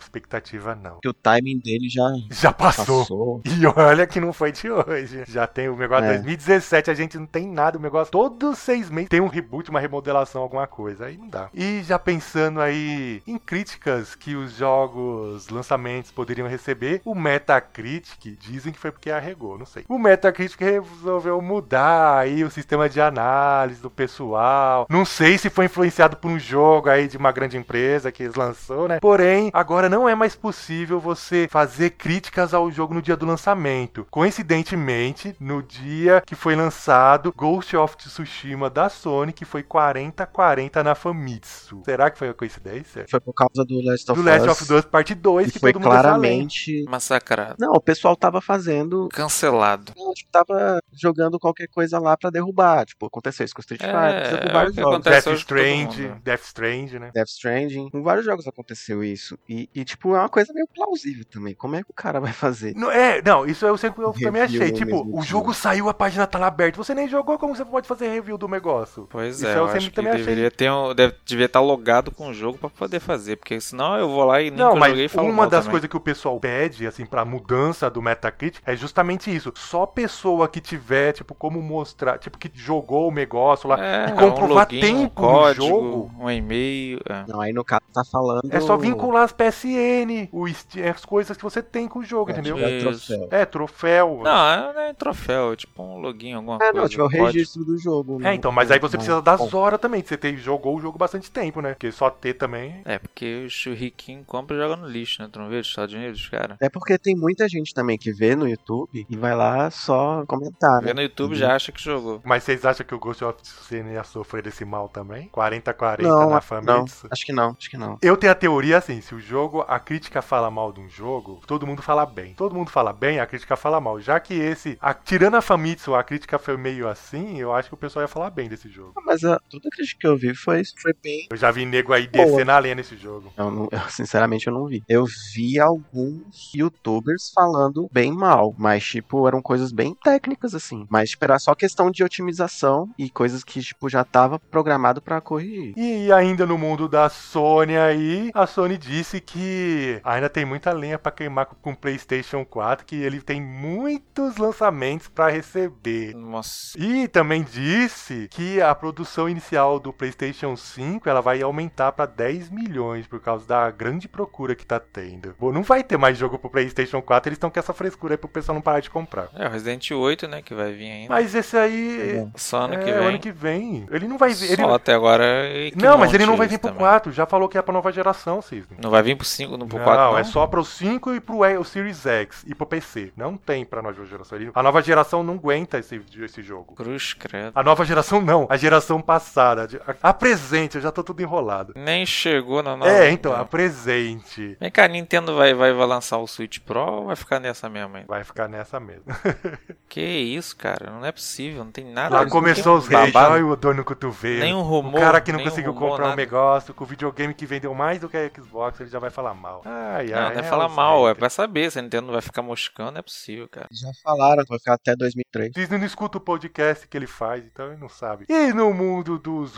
Speaker 2: expectativa, não.
Speaker 4: Porque o timing dele já
Speaker 2: Já passou.
Speaker 4: passou.
Speaker 2: E olha que não foi de hoje. Já tem o negócio
Speaker 4: É.
Speaker 2: 2017, a gente não tem nada. O negócio todos seis meses tem um reboot, uma remodelação, alguma coisa. Aí não dá. E já pensando aí em críticas que os jogos lançamentos poderiam receber, o Metacritic dizem que foi porque arregou, não sei. O Metacritic resolveu mudar aí o sistema de análise do pessoal. Não sei se foi influenciado por um jogo aí de uma grande empresa que eles lançou, né? Porém, agora não é mais possível você fazer críticas ao jogo no dia do lançamento. Coincidentemente, no dia que foi lançado Ghost of Tsushima da Sony, que foi 40-40 na Famitsu. Será que foi uma coincidência?
Speaker 4: Foi por causa do Last of
Speaker 2: Do
Speaker 4: Us.
Speaker 2: Last of Us Parte 2,
Speaker 4: E
Speaker 2: que
Speaker 4: foi
Speaker 2: todo mundo claramente...
Speaker 4: claramente.
Speaker 3: Massacrado.
Speaker 4: Não, o pessoal tava fazendo
Speaker 3: Cancelado.
Speaker 4: Não, tipo, tava jogando qualquer coisa lá pra derrubar. Tipo, aconteceu isso com Street
Speaker 3: É,
Speaker 4: Fighter, aconteceu
Speaker 3: é
Speaker 4: com
Speaker 3: o
Speaker 4: vários
Speaker 3: que
Speaker 4: jogos.
Speaker 2: Death
Speaker 3: acontece. Acontece hoje com todo
Speaker 2: Strange,
Speaker 3: mundo, né?
Speaker 2: Death Strange, né?
Speaker 4: Death Stranding, com vários jogos aconteceu isso. E, e, tipo, é uma coisa meio plausível também. Como é que o cara vai fazer?
Speaker 2: Não, é, não, isso eu sempre eu
Speaker 4: Review
Speaker 2: também achei.
Speaker 4: ao
Speaker 2: Tipo,
Speaker 4: mesmo
Speaker 2: o jogo
Speaker 4: tempo.
Speaker 2: saiu, a página tá lá aberta. Você nem jogou, como você pode fazer review do negócio?
Speaker 3: Pois
Speaker 2: Isso
Speaker 3: é,
Speaker 2: eu
Speaker 3: eu
Speaker 2: sempre
Speaker 3: acho que
Speaker 2: também achei.
Speaker 3: deveria, ter um, deve- devia estar logado com o jogo pra poder fazer, porque senão eu vou lá e nunca
Speaker 2: Não, mas
Speaker 3: joguei e falo
Speaker 2: uma
Speaker 3: mal
Speaker 2: das
Speaker 3: também.
Speaker 2: coisas que o pessoal pede, assim, pra mudança do Metacritic é justamente isso. Só pessoa que tiver, tipo, como mostrar, tipo, que jogou o negócio lá
Speaker 3: É,
Speaker 2: e comprovar
Speaker 3: um login, um
Speaker 2: tempo
Speaker 3: código,
Speaker 2: no jogo.
Speaker 3: um e-mail. é.
Speaker 4: Não, aí no caso tá falando.
Speaker 2: É só vincular as PSN, o Steam, as coisas que você tem com o jogo,
Speaker 4: É,
Speaker 2: entendeu?
Speaker 4: tipo, é troféu.
Speaker 2: É, troféu.
Speaker 3: Não, é, não é um troféu, é tipo um login, alguma
Speaker 4: É,
Speaker 3: coisa.
Speaker 4: não, tipo, é o
Speaker 3: um código.
Speaker 4: registro do jogo.
Speaker 2: É, então, mas aí você
Speaker 4: Bom,
Speaker 2: precisa das
Speaker 4: bom.
Speaker 2: horas também. Você tem- jogou o jogo bastante tempo, né? Porque só ter também.
Speaker 3: É, porque os riquinhos compram e jogam no lixo, né? Tu não vê os Estados Unidos, cara?
Speaker 4: É porque tem muita gente também que vê no YouTube e vai lá só comentar.
Speaker 3: Vê
Speaker 4: Né?
Speaker 3: no
Speaker 2: uhum.
Speaker 3: YouTube já acha que jogou.
Speaker 2: Mas vocês acham que o Ghost of Tsushima ia sofrer desse mal também? 40-40
Speaker 4: Não,
Speaker 2: na
Speaker 4: acho que não,
Speaker 2: família?
Speaker 4: acho que não, acho que não.
Speaker 2: Eu tenho a teoria assim, se o jogo, a crítica fala mal de um jogo, todo mundo fala bem. Todo mundo fala bem, a crítica fala mal. Já que esse, a- tirando a Famitsu, a crítica foi meio assim, eu acho que o pessoal ia falar bem desse jogo.
Speaker 4: Mas a, toda crítica que eu vi foi, foi bem.
Speaker 2: Eu já vi nego aí descer na lenha nesse jogo.
Speaker 4: Eu, não- eu, sinceramente, eu não vi. Eu vi alguns youtubers falando bem mal, mas, tipo, eram coisas bem técnicas, assim. Mas, tipo, era só questão de otimização e coisas que, tipo, já tava programado pra corrigir.
Speaker 2: E ainda no mundo da Sony aí, a Sony disse que ainda tem muita lenha pra queimar com com o PlayStation 4, que ele tem muitos lançamentos pra receber.
Speaker 3: Nossa.
Speaker 2: E também disse que a produção inicial do PlayStation 5 ela vai aumentar para 10 milhões por causa da grande procura que tá tendo. Bom, não vai ter mais jogo pro PlayStation 4, eles estão com essa frescura aí pro pessoal não parar de comprar.
Speaker 3: É, o Resident 8, né? Que vai vir ainda.
Speaker 2: Mas esse aí
Speaker 3: Só ano
Speaker 2: é,
Speaker 3: que
Speaker 2: o
Speaker 3: vem.
Speaker 2: ano que vem. Ele não vai vir. Ele...
Speaker 3: Só até agora. e que
Speaker 2: Não, mas
Speaker 3: monte
Speaker 2: ele não vai vir
Speaker 3: isso
Speaker 2: pro
Speaker 3: também.
Speaker 2: 4, já falou que é pra nova geração, Cisne.
Speaker 3: Não vai vir pro 5, não pro
Speaker 2: não,
Speaker 3: 4, não?
Speaker 2: é só pro 5 e pro e, o Series X e pro PC. Não tem pra nova geração. Ele- A nova geração não aguenta esse, esse jogo.
Speaker 3: Cruz, credo.
Speaker 2: A nova geração não, a geração passada. A, a presente, eu já tô tudo enrolado.
Speaker 3: Nem chegou na nova.
Speaker 2: é, então, a presente.
Speaker 3: Vem cá, a Nintendo vai, vai, vai lançar o Switch Pro ou vai ficar nessa mesmo ainda?
Speaker 2: Vai ficar nessa mesmo.
Speaker 3: Que isso, cara? Não é possível, não tem nada.
Speaker 2: Lá
Speaker 3: Não
Speaker 2: começou
Speaker 3: tem um
Speaker 2: os reis,
Speaker 3: babado,
Speaker 2: olha o dor no cotovelo.
Speaker 3: Nenhum
Speaker 2: o
Speaker 3: rumor.
Speaker 2: cara que não
Speaker 3: nenhum
Speaker 2: conseguiu
Speaker 3: rumor,
Speaker 2: comprar um
Speaker 3: nada.
Speaker 2: negócio, com o videogame que vendeu mais do que a Xbox, ele já vai falar mal. Ai,
Speaker 3: Não,
Speaker 2: ai,
Speaker 3: não é
Speaker 2: é
Speaker 3: falar
Speaker 2: os
Speaker 3: mal, é
Speaker 2: haters.
Speaker 3: pra saber se a Nintendo não vai ficar moscando, não é possível, cara.
Speaker 4: Já falaram, vai ficar até 2003.
Speaker 2: Disney não escuta o podcast que ele faz, então ele não sabe. E no mundo dos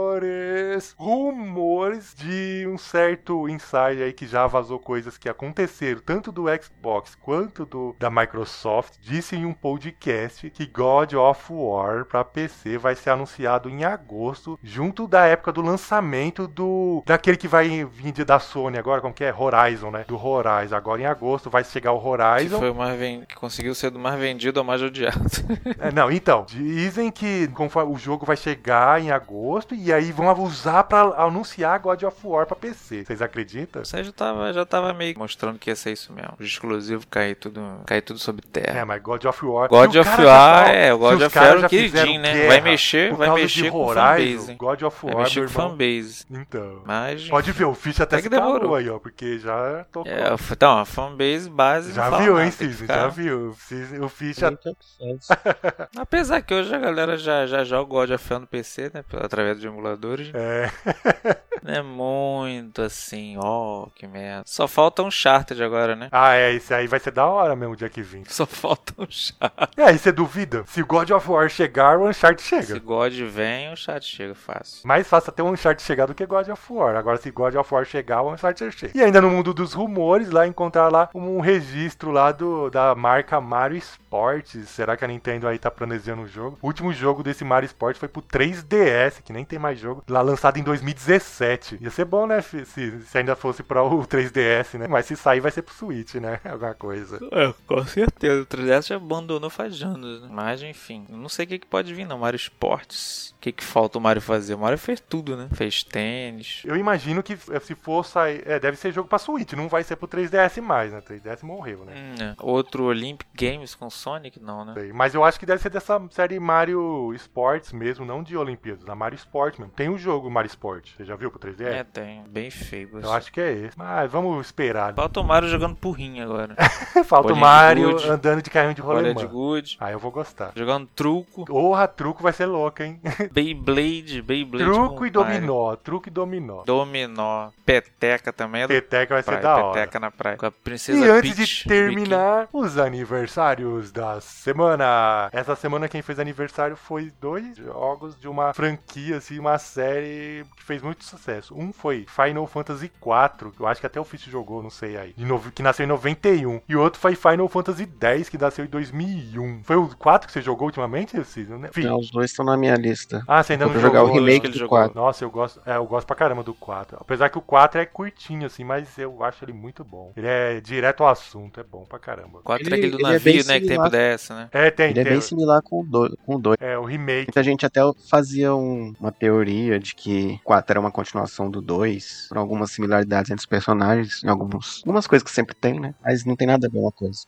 Speaker 2: rumores, rumores de um certo insight aí que já vazou coisas que aconteceram, tanto do Xbox quanto do da Microsoft, disse em um podcast que God of War pra PC vai ser anunciado em agosto, junto da época do lançamento do daquele que vai vir de- da Sony agora, como que é? Horizon, né? Do Horizon. Agora em agosto vai chegar o
Speaker 3: Que
Speaker 2: Horizon.
Speaker 3: foi o mais ven- que conseguiu ser do mais vendido ao mais odiado.
Speaker 2: É, não, então, dizem que conforme o jogo vai chegar em agosto e aí vão usar pra anunciar God of War pra PC. Vocês acreditam?
Speaker 3: Isso aí já tava, já tava meio mostrando que ia ser isso mesmo. Os exclusivos cair tudo, cair tudo sob
Speaker 2: É,
Speaker 3: terra.
Speaker 2: mas God of War.
Speaker 3: God
Speaker 2: se o
Speaker 3: of
Speaker 2: cara
Speaker 3: War,
Speaker 2: já-
Speaker 3: é, o
Speaker 2: se
Speaker 3: God
Speaker 2: os
Speaker 3: of
Speaker 2: caras
Speaker 3: War é o
Speaker 2: já
Speaker 3: queridinho,
Speaker 2: fizeram
Speaker 3: né?
Speaker 2: guerra
Speaker 3: Vai mexer-
Speaker 2: por
Speaker 3: vai
Speaker 2: causa
Speaker 3: mexer
Speaker 2: de
Speaker 3: com
Speaker 2: Horizon,
Speaker 3: fanbase, hein?
Speaker 2: God of
Speaker 3: Vai
Speaker 2: War,
Speaker 3: mexer
Speaker 2: meu
Speaker 3: com
Speaker 2: irmão.
Speaker 3: fanbase.
Speaker 2: Então.
Speaker 3: Mas.
Speaker 2: Pode ver, o Ficha até
Speaker 3: Até
Speaker 2: se
Speaker 3: que
Speaker 2: calou
Speaker 3: demorou.
Speaker 2: aí, ó, porque já tocou.
Speaker 3: É, então, a fanbase base.
Speaker 2: já
Speaker 3: não fala
Speaker 2: viu,
Speaker 3: nada,
Speaker 2: hein,
Speaker 3: tem que
Speaker 2: Cisne?
Speaker 3: ficar-
Speaker 2: Já viu. Cisne- O Ficha
Speaker 3: Apesar que hoje a galera já, já joga o God of War no PC, né? pela- Através de emuladores.
Speaker 2: é,
Speaker 3: Não é muito assim, ó, que merda. Só falta um Chartered agora, né?
Speaker 2: Ah, é, esse aí vai ser da hora mesmo, o dia que vem.
Speaker 3: Só falta um Chartered.
Speaker 2: E aí, você duvida? Se God of War chegar, o Uncharted chega.
Speaker 3: Se God vem, o Chartered chega fácil.
Speaker 2: Mais fácil até o Uncharted chegar do que God of War. Agora, se God of War chegar, o Uncharted chega. E ainda no mundo dos rumores, lá encontrar lá um registro lá do, da marca Mario Sports. Será que a Nintendo aí tá planejando o jogo? O último jogo desse Mario Sports foi pro 3DS, que nem tem mais jogo, lá lançado em 2017. Ia ser bom, né, fi- se, se ainda fosse pra o 3DS, né? Mas se sair, vai ser pro Switch, né? Alguma coisa.
Speaker 3: É, com certeza. O 3DS já abandonou faz anos, né? Mas, enfim. eu Não sei o que, que pode vir, não. Mario Sports. O que, que falta o Mario fazer? O Mario fez tudo, né? Fez tênis.
Speaker 2: Eu imagino que eh, se for sair. É, deve ser jogo pra Switch, não vai ser pro 3DS mais, né? 3DS morreu, né?
Speaker 3: Hum, né? Outro Olympic Games com Sonic? Não, né?
Speaker 2: Sei, Mas eu acho que deve ser dessa série Mario Sports mesmo, não de Olimpíadas, da Mario Sport mesmo. Tem o jogo Mario Sport, você já viu pro 3DS?
Speaker 3: É, tem. Bem feio.
Speaker 2: Eu
Speaker 3: gostei.
Speaker 2: acho que é esse. Mas vamos esperar. né?
Speaker 3: Falta o Mario jogando porrinha agora.
Speaker 2: É, Falta o
Speaker 3: Bolinha de
Speaker 2: Mario
Speaker 3: gude.
Speaker 2: andando de carrinho de
Speaker 3: Olha de
Speaker 2: rolemã.
Speaker 3: good.
Speaker 2: Aí eu vou gostar.
Speaker 3: Jogando truco.
Speaker 2: Porra, truco vai ser louco, hein?
Speaker 3: Beyblade, Beyblade.
Speaker 2: truco
Speaker 3: com
Speaker 2: e
Speaker 3: Mario.
Speaker 2: dominó, truco e dominó.
Speaker 3: Dominó. Peteca também é da
Speaker 2: Peteca vai ser
Speaker 3: praia.
Speaker 2: da hora.
Speaker 3: peteca na praia. Com a princesa
Speaker 2: E antes
Speaker 3: Peach,
Speaker 2: de terminar, os aniversários da semana. Essa semana quem fez aniversário foi dois jogos de uma franquia, assim, uma série que fez muito sucesso. sucesso. Um foi Final Fantasy IV, que eu acho que até o Fist jogou, não sei aí, de novo- que nasceu em 91. E o outro foi Final Fantasy X, que nasceu em 2001. Foi o 4 que você jogou ultimamente, Cisne? Né? Fih.
Speaker 4: Não, os dois estão na minha lista.
Speaker 2: Ah, você ainda
Speaker 4: Vou
Speaker 2: não
Speaker 4: jogar o
Speaker 2: jogou. né?
Speaker 4: remake
Speaker 3: ele
Speaker 4: do
Speaker 3: jogou.
Speaker 4: 4.
Speaker 2: Nossa, eu gosto, é, eu gosto pra caramba do 4. Apesar que o 4 é curtinho, assim, mas eu acho ele muito bom. Ele é direto ao assunto, é bom pra caramba.
Speaker 3: 4
Speaker 4: Ele-
Speaker 3: é aquele do
Speaker 4: ele é bem
Speaker 3: navio, né? Que tem
Speaker 4: similar.
Speaker 3: dessa, né?
Speaker 2: É, tem,
Speaker 4: Ele é
Speaker 2: tem.
Speaker 4: bem similar com o 2. Com o dois.
Speaker 2: é, o remake.
Speaker 4: Muita gente até fazia um- uma teoria de que o 4 era uma continuação do 2, por algumas similaridades entre os personagens, em alguns, algumas coisas que sempre tem, né? Mas não tem nada a ver uma coisa.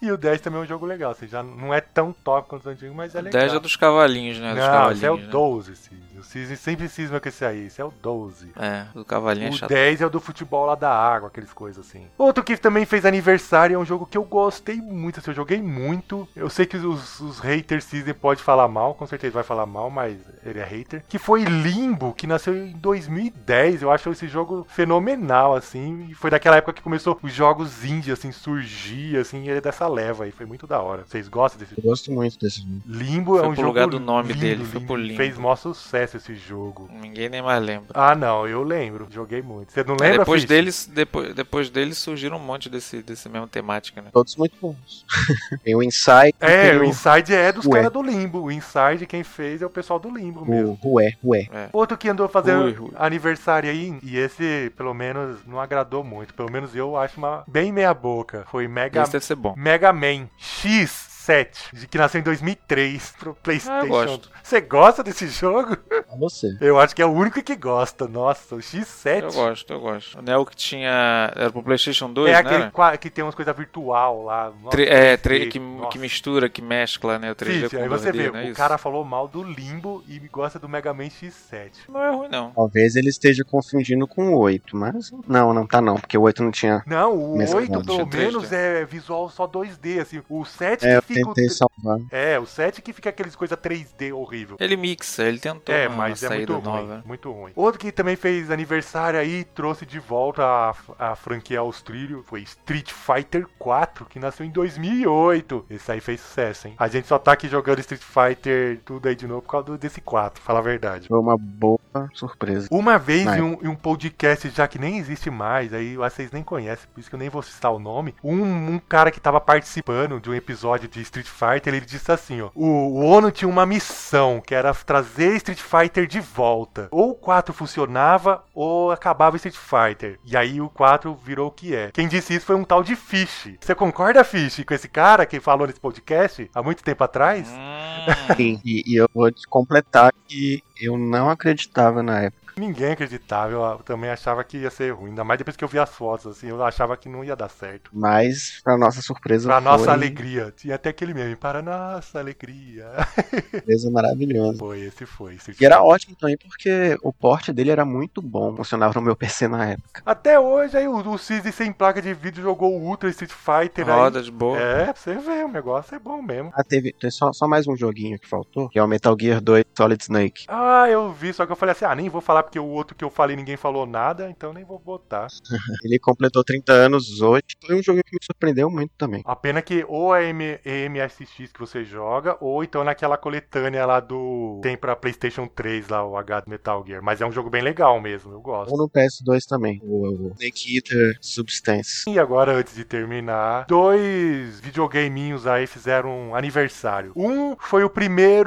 Speaker 2: E o 10 também é um jogo legal. Assim, já não é tão top quanto o antigo, mas é legal.
Speaker 3: 10 é dos cavalinhos, né? Dos
Speaker 2: Não, esse é o
Speaker 3: cavalinhos.
Speaker 2: 12, Cisne. O Cisne sempre cisma com esse aí. Esse é o 12.
Speaker 3: né? É, o cavalinho é
Speaker 2: O
Speaker 3: chato.
Speaker 2: 10 é o do futebol lá da água, aqueles coisas assim. Outro que também fez aniversário é um jogo que eu gostei muito, assim, eu joguei muito. Eu sei que os, os haters Season pode falar mal, com certeza vai falar mal, mas ele é hater. Que foi Limbo, que nasceu em 2010. Eu acho esse jogo fenomenal, assim. E foi daquela época que começou os jogos indie, assim, surgir, assim. E ele é dessa leva aí, foi muito da hora. Vocês gostam desse
Speaker 4: Eu gosto muito desse jogo.
Speaker 2: Limbo é
Speaker 3: Foi
Speaker 2: um
Speaker 3: pro
Speaker 2: jogo
Speaker 3: lugar do nome
Speaker 2: lindo,
Speaker 3: dele, foi pro Limbo.
Speaker 2: Fez maior sucesso esse jogo.
Speaker 3: Ninguém nem mais lembra.
Speaker 2: Ah, não, eu lembro. Joguei muito. Você não
Speaker 3: É,
Speaker 2: lembra,
Speaker 3: depois,
Speaker 2: Fish?
Speaker 3: deles, depois, depois deles surgiram um monte desse, desse mesmo temática, né?
Speaker 4: Todos muito bons. tem o Inside,
Speaker 2: É,
Speaker 4: tem
Speaker 2: o
Speaker 4: o,
Speaker 2: Inside é dos
Speaker 4: Ué.
Speaker 2: caras do Limbo. O Inside quem fez é o pessoal do Limbo mesmo.
Speaker 4: o é Rué, Rué.
Speaker 3: É,
Speaker 2: Outro que andou fazendo
Speaker 3: Ui, ui.
Speaker 2: aniversário aí, e esse, pelo menos, não agradou muito. Pelo menos eu acho uma bem meia boca. Foi Mega,
Speaker 3: Esse é deve ser bom.
Speaker 2: Mega Man X7, de que nasceu em 2003 pro PlayStation.
Speaker 3: Ah, gosto.
Speaker 2: Você gosta desse jogo?
Speaker 4: Pra você.
Speaker 2: Eu acho que é o único que gosta. Nossa, o X7.
Speaker 3: Eu gosto, eu gosto. Não é o que tinha. Era pro PlayStation 2,
Speaker 2: é
Speaker 3: né?
Speaker 2: aquele qua- que tem umas coisas virtual lá. Nossa,
Speaker 3: Tre- é,
Speaker 2: 3D,
Speaker 3: tre- que,
Speaker 2: nossa.
Speaker 3: que mistura, que mescla, né? O 3D
Speaker 2: Sim,
Speaker 3: com
Speaker 2: aí
Speaker 3: o
Speaker 2: você
Speaker 3: 2D,
Speaker 2: vê,
Speaker 3: não
Speaker 2: o
Speaker 3: é isso?
Speaker 2: cara falou mal do Limbo e gosta do Mega Man X7.
Speaker 3: não é ruim, não.
Speaker 4: Talvez ele esteja confundindo com o 8, mas não, não tá não, porque o 8 não tinha.
Speaker 2: Não, o
Speaker 4: Mesmo
Speaker 2: 8
Speaker 4: nome.
Speaker 2: pelo
Speaker 3: Tinha 3D.
Speaker 2: menos é visual só 2D, assim. O 7
Speaker 4: É, eu
Speaker 2: que fica. o
Speaker 4: tentei
Speaker 2: tre-
Speaker 4: salvar.
Speaker 2: É, o 7 que fica aqueles coisa 3D horrível.
Speaker 3: Ele mixa, ele tentou
Speaker 2: É,
Speaker 3: uma
Speaker 2: mas é muito
Speaker 3: saída
Speaker 2: ruim,
Speaker 3: nova.
Speaker 2: muito ruim. Outro que também fez aniversário aí e trouxe de volta a, a franquia aos trilhos foi Street Fighter 4, que nasceu em 2008. Esse aí fez sucesso, hein? A gente só tá aqui jogando Street Fighter tudo aí de novo por causa do- desse 4, fala a verdade.
Speaker 4: Foi uma boa surpresa.
Speaker 2: Uma vez
Speaker 4: Na
Speaker 2: em um, em um podcast já que nem existe mais, aí eu acho que vocês nem conhecem, por isso que eu nem vou citar o nome. Um, um cara que tava participando de um episódio de Street Fighter, ele disse assim, ó. O, o ONU tinha uma missão, que era trazer Street Fighter de volta. Ou o 4 funcionava, ou acabava Street Fighter. E aí o 4 virou o que é. Quem disse isso foi um tal de Fish. Você concorda, Fish, com esse cara que falou nesse podcast há muito tempo atrás?
Speaker 3: Hum,
Speaker 4: Sim, e, e eu vou te completar que eu não acreditava na época.
Speaker 2: Ninguém acreditava, eu também achava que ia ser ruim, ainda mais depois que eu vi as fotos, assim, eu achava que não ia dar certo.
Speaker 4: Mas, pra nossa surpresa,
Speaker 2: Pra nossa
Speaker 4: foi
Speaker 2: alegria, tinha até aquele meme, para nossa alegria.
Speaker 4: uma surpresa maravilhosa.
Speaker 2: Foi, esse foi. Esse
Speaker 4: E era ótimo também, porque o porte dele era muito bom. Funcionava no meu PC na época.
Speaker 2: Até hoje, aí o, o Cid sem placa de vídeo jogou o Ultra Street Fighter aí.
Speaker 3: roda de boa.
Speaker 2: É, pra você vê, o negócio é bom mesmo.
Speaker 4: Ah, teve tem só, só mais um joguinho que faltou, que é o Metal Gear 2 Solid Snake.
Speaker 2: Ah, eu vi, só que eu falei assim, ah, nem vou falar porque o outro que eu falei ninguém falou nada, então nem vou botar.
Speaker 4: Ele completou 30 anos hoje. Foi um jogo que me surpreendeu muito também.
Speaker 2: A pena que ou é M- MSX que você joga, ou então naquela coletânea lá do. Tem pra PlayStation 3 lá, o H do Metal Gear. Mas é um jogo bem legal mesmo, eu gosto.
Speaker 4: Ou no PS2 também. O, o Snake Eater Substance.
Speaker 2: E agora, antes de terminar, dois videogaminhos aí fizeram um aniversário. Um foi o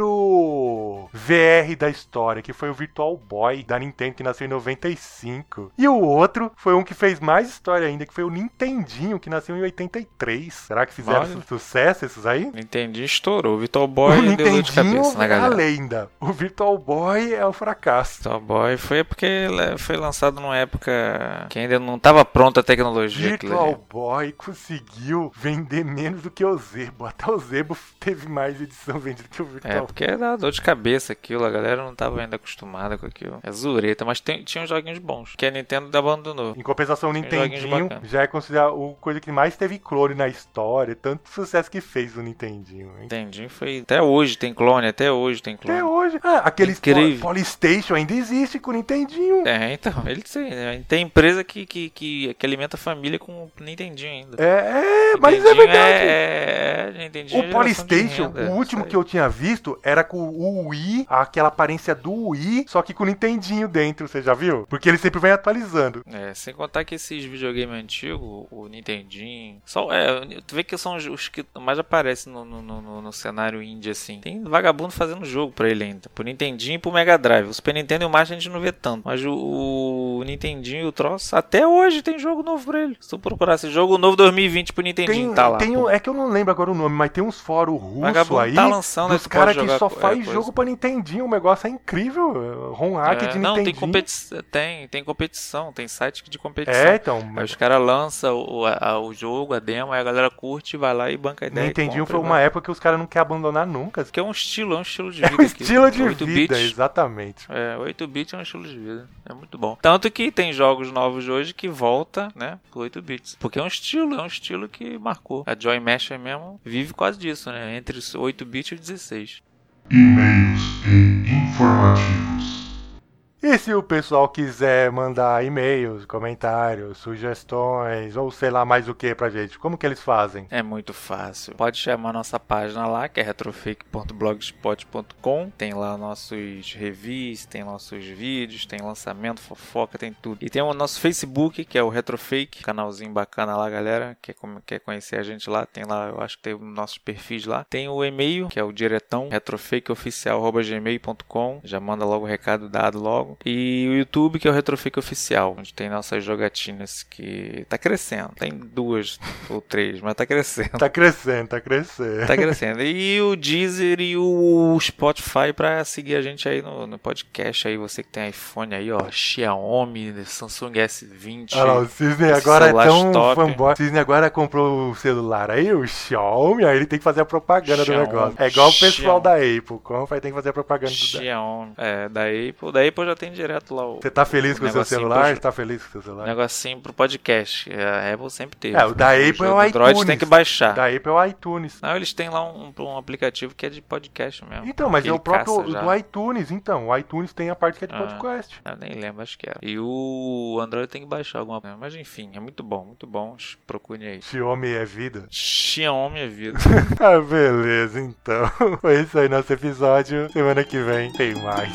Speaker 2: primeiro VR da história, que foi o Virtual Boy da Nintendo, que nasceu em 95. E o outro foi um que fez mais história ainda, que foi o Nintendinho, que nasceu em 83. Será que fizeram
Speaker 3: Olha.
Speaker 2: su- sucesso esses aí?
Speaker 3: Entendi, estourou. O Vitor
Speaker 2: O
Speaker 3: Boy deu dor de cabeça
Speaker 2: Nintendinho
Speaker 3: na
Speaker 2: é a
Speaker 3: galera.
Speaker 2: lenda. O Virtual Boy é um fracasso.
Speaker 3: Virtual Boy foi porque ele foi lançado numa época que ainda não estava pronta a tecnologia. aquilo ali.
Speaker 2: Virtual Boy conseguiu vender menos do que o Zebo. Até o Zebo teve mais edição vendida que o
Speaker 3: É,
Speaker 2: Virtual
Speaker 3: porque dá dor de cabeça aquilo, a galera não tava ainda acostumada com aquilo. É zureta, mas tem, tinha uns joguinhos bons, que a Nintendo abandonou.
Speaker 2: Em compensação, o Nintendinho
Speaker 3: joguinhos bacanas.
Speaker 2: já é considerado o coisa que mais teve clone na história. Tanto sucesso que fez o Nintendinho. hein?
Speaker 3: Entendi, foi... Até hoje tem clone, até hoje tem clone.
Speaker 2: Até hoje. Ah, aquele
Speaker 3: Incrível.
Speaker 2: po- Polystation ainda existe com o Nintendinho.
Speaker 3: É, então, ele tem, né? tem empresa que, que, que, que alimenta a família com o Nintendinho ainda.
Speaker 2: É, é, mas é
Speaker 3: Nintendinho
Speaker 2: verdade.
Speaker 3: É, é, é, Nintendinho é
Speaker 2: O
Speaker 3: geração de
Speaker 2: Polystation, o
Speaker 3: renda,
Speaker 2: último
Speaker 3: isso
Speaker 2: que eu tinha visto era com o Wii, aquela aparência referência do Wii, só que com o Nintendinho dentro, você já viu? Porque ele sempre vem atualizando.
Speaker 3: É, sem contar que esses videogames antigos, o Nintendinho. Só, é, tu vê que são os- os que mais aparecem no, no, no- no- no cenário indie, assim. Tem vagabundo fazendo jogo pra ele ainda. Pro Nintendinho e pro Mega Drive. O Super Nintendo e o Master a gente não vê tanto. Mas o, o Nintendinho e o troço, até hoje tem jogo novo pra ele. Se tu procurar esse jogo novo 2020 pro Nintendinho,
Speaker 2: Tem,
Speaker 3: tá lá.
Speaker 2: tem
Speaker 3: pô.
Speaker 2: um- é que eu não lembro agora o nome, mas tem uns fóruns russos
Speaker 3: Vagabundo
Speaker 2: aí.
Speaker 3: tá lançando, aí
Speaker 2: dos
Speaker 3: tu
Speaker 2: caras
Speaker 3: pode
Speaker 2: que
Speaker 3: jogar
Speaker 2: só
Speaker 3: co- é,
Speaker 2: faz
Speaker 3: coisa.
Speaker 2: jogo pra Nintendinho. O negócio é incrível. ROM hack
Speaker 3: É,
Speaker 2: de
Speaker 3: não, tem,
Speaker 2: Nintendinho.
Speaker 3: competi tem, tem competição, tem site de competição.
Speaker 2: É, então.
Speaker 3: Aí os caras lançam o, a- a- o jogo, a demo, aí a galera curte, vai lá e banca a ideia. e
Speaker 2: Nintendinho
Speaker 3: compra,
Speaker 2: um foi
Speaker 3: e
Speaker 2: uma
Speaker 3: vai.
Speaker 2: época que os caras não querem abandonar nunca.
Speaker 3: Porque é um estilo, é um estilo de
Speaker 2: É
Speaker 3: vida.
Speaker 2: um
Speaker 3: aqui.
Speaker 2: estilo de
Speaker 3: 8
Speaker 2: vida,
Speaker 3: bits.
Speaker 2: exatamente.
Speaker 3: É, 8-bit é um estilo de vida. É muito bom. Tanto que tem jogos novos de hoje que volta, né, pro 8-bits. Porque é um estilo, é um estilo que marcou. A Joy Masher mesmo vive quase disso, né? Entre os 8-bit e o 16.
Speaker 1: E-mails e informativos.
Speaker 2: E se o pessoal quiser mandar e-mails, comentários, sugestões ou sei lá mais o que pra gente, como que eles fazem?
Speaker 3: É muito fácil. Pode chamar nossa página lá, que é retrofake.blogspot.com. Tem lá nossos reviews, tem nossos vídeos, tem lançamento, fofoca, tem tudo. E tem o nosso Facebook, que é o Retrofake, canalzinho bacana lá, galera. Quer, come- quer conhecer a gente lá? Tem lá, eu acho que tem os nossos perfis lá. Tem o e-mail, que é o diretão, retrofakeoficial.gmail.com. Já manda logo o recado dado logo. E o YouTube, que é o Retrofake Oficial, onde tem nossas jogatinas que tá crescendo. Tem duas ou três, mas tá crescendo.
Speaker 2: Tá crescendo, tá crescendo.
Speaker 3: Tá crescendo. E o Deezer e o Spotify pra seguir a gente aí no, no podcast aí. Você que tem iPhone aí, ó. Xiaomi, Samsung S20.
Speaker 2: Olha lá, o Cisne
Speaker 3: Esses
Speaker 2: agora é
Speaker 3: celulares
Speaker 2: tão
Speaker 3: top.
Speaker 2: fanboy. O Cisne agora comprou o celular aí, o Xiaomi, aí ele tem que fazer a propaganda
Speaker 3: Xiaomi.
Speaker 2: do negócio. É igual o pessoal
Speaker 3: Xiaomi.
Speaker 2: da Apple, compra e tem que fazer a propaganda do da...
Speaker 3: Xiaomi. É, da Apple. Da Apple já tem direto lá o,
Speaker 2: Você tá feliz
Speaker 3: o
Speaker 2: com o seu
Speaker 3: negocinho
Speaker 2: celular?
Speaker 3: pro-
Speaker 2: Tá feliz com o seu
Speaker 3: o
Speaker 2: celular?
Speaker 3: negocinho pro podcast. É, A Apple sempre teve.
Speaker 2: É, o da Apple
Speaker 3: jogo
Speaker 2: é o
Speaker 3: do Android
Speaker 2: iTunes.
Speaker 3: tem que baixar.
Speaker 2: Da Apple é o iTunes.
Speaker 3: Não, eles têm lá um, um aplicativo que é de podcast mesmo.
Speaker 2: Então, mas
Speaker 3: que
Speaker 2: é o
Speaker 3: ele
Speaker 2: próprio
Speaker 3: caça já.
Speaker 2: do iTunes, então. O iTunes tem a parte que é de
Speaker 3: Ah.
Speaker 2: podcast.
Speaker 3: Eu nem lembro, acho que era. E o Android tem que baixar alguma coisa. Mas enfim, é muito bom, muito bom. Procure aí.
Speaker 2: Xiaomi é vida.
Speaker 3: Xiaomi é vida.
Speaker 2: Ah, beleza, então. Foi isso aí nosso episódio. Semana que vem tem mais.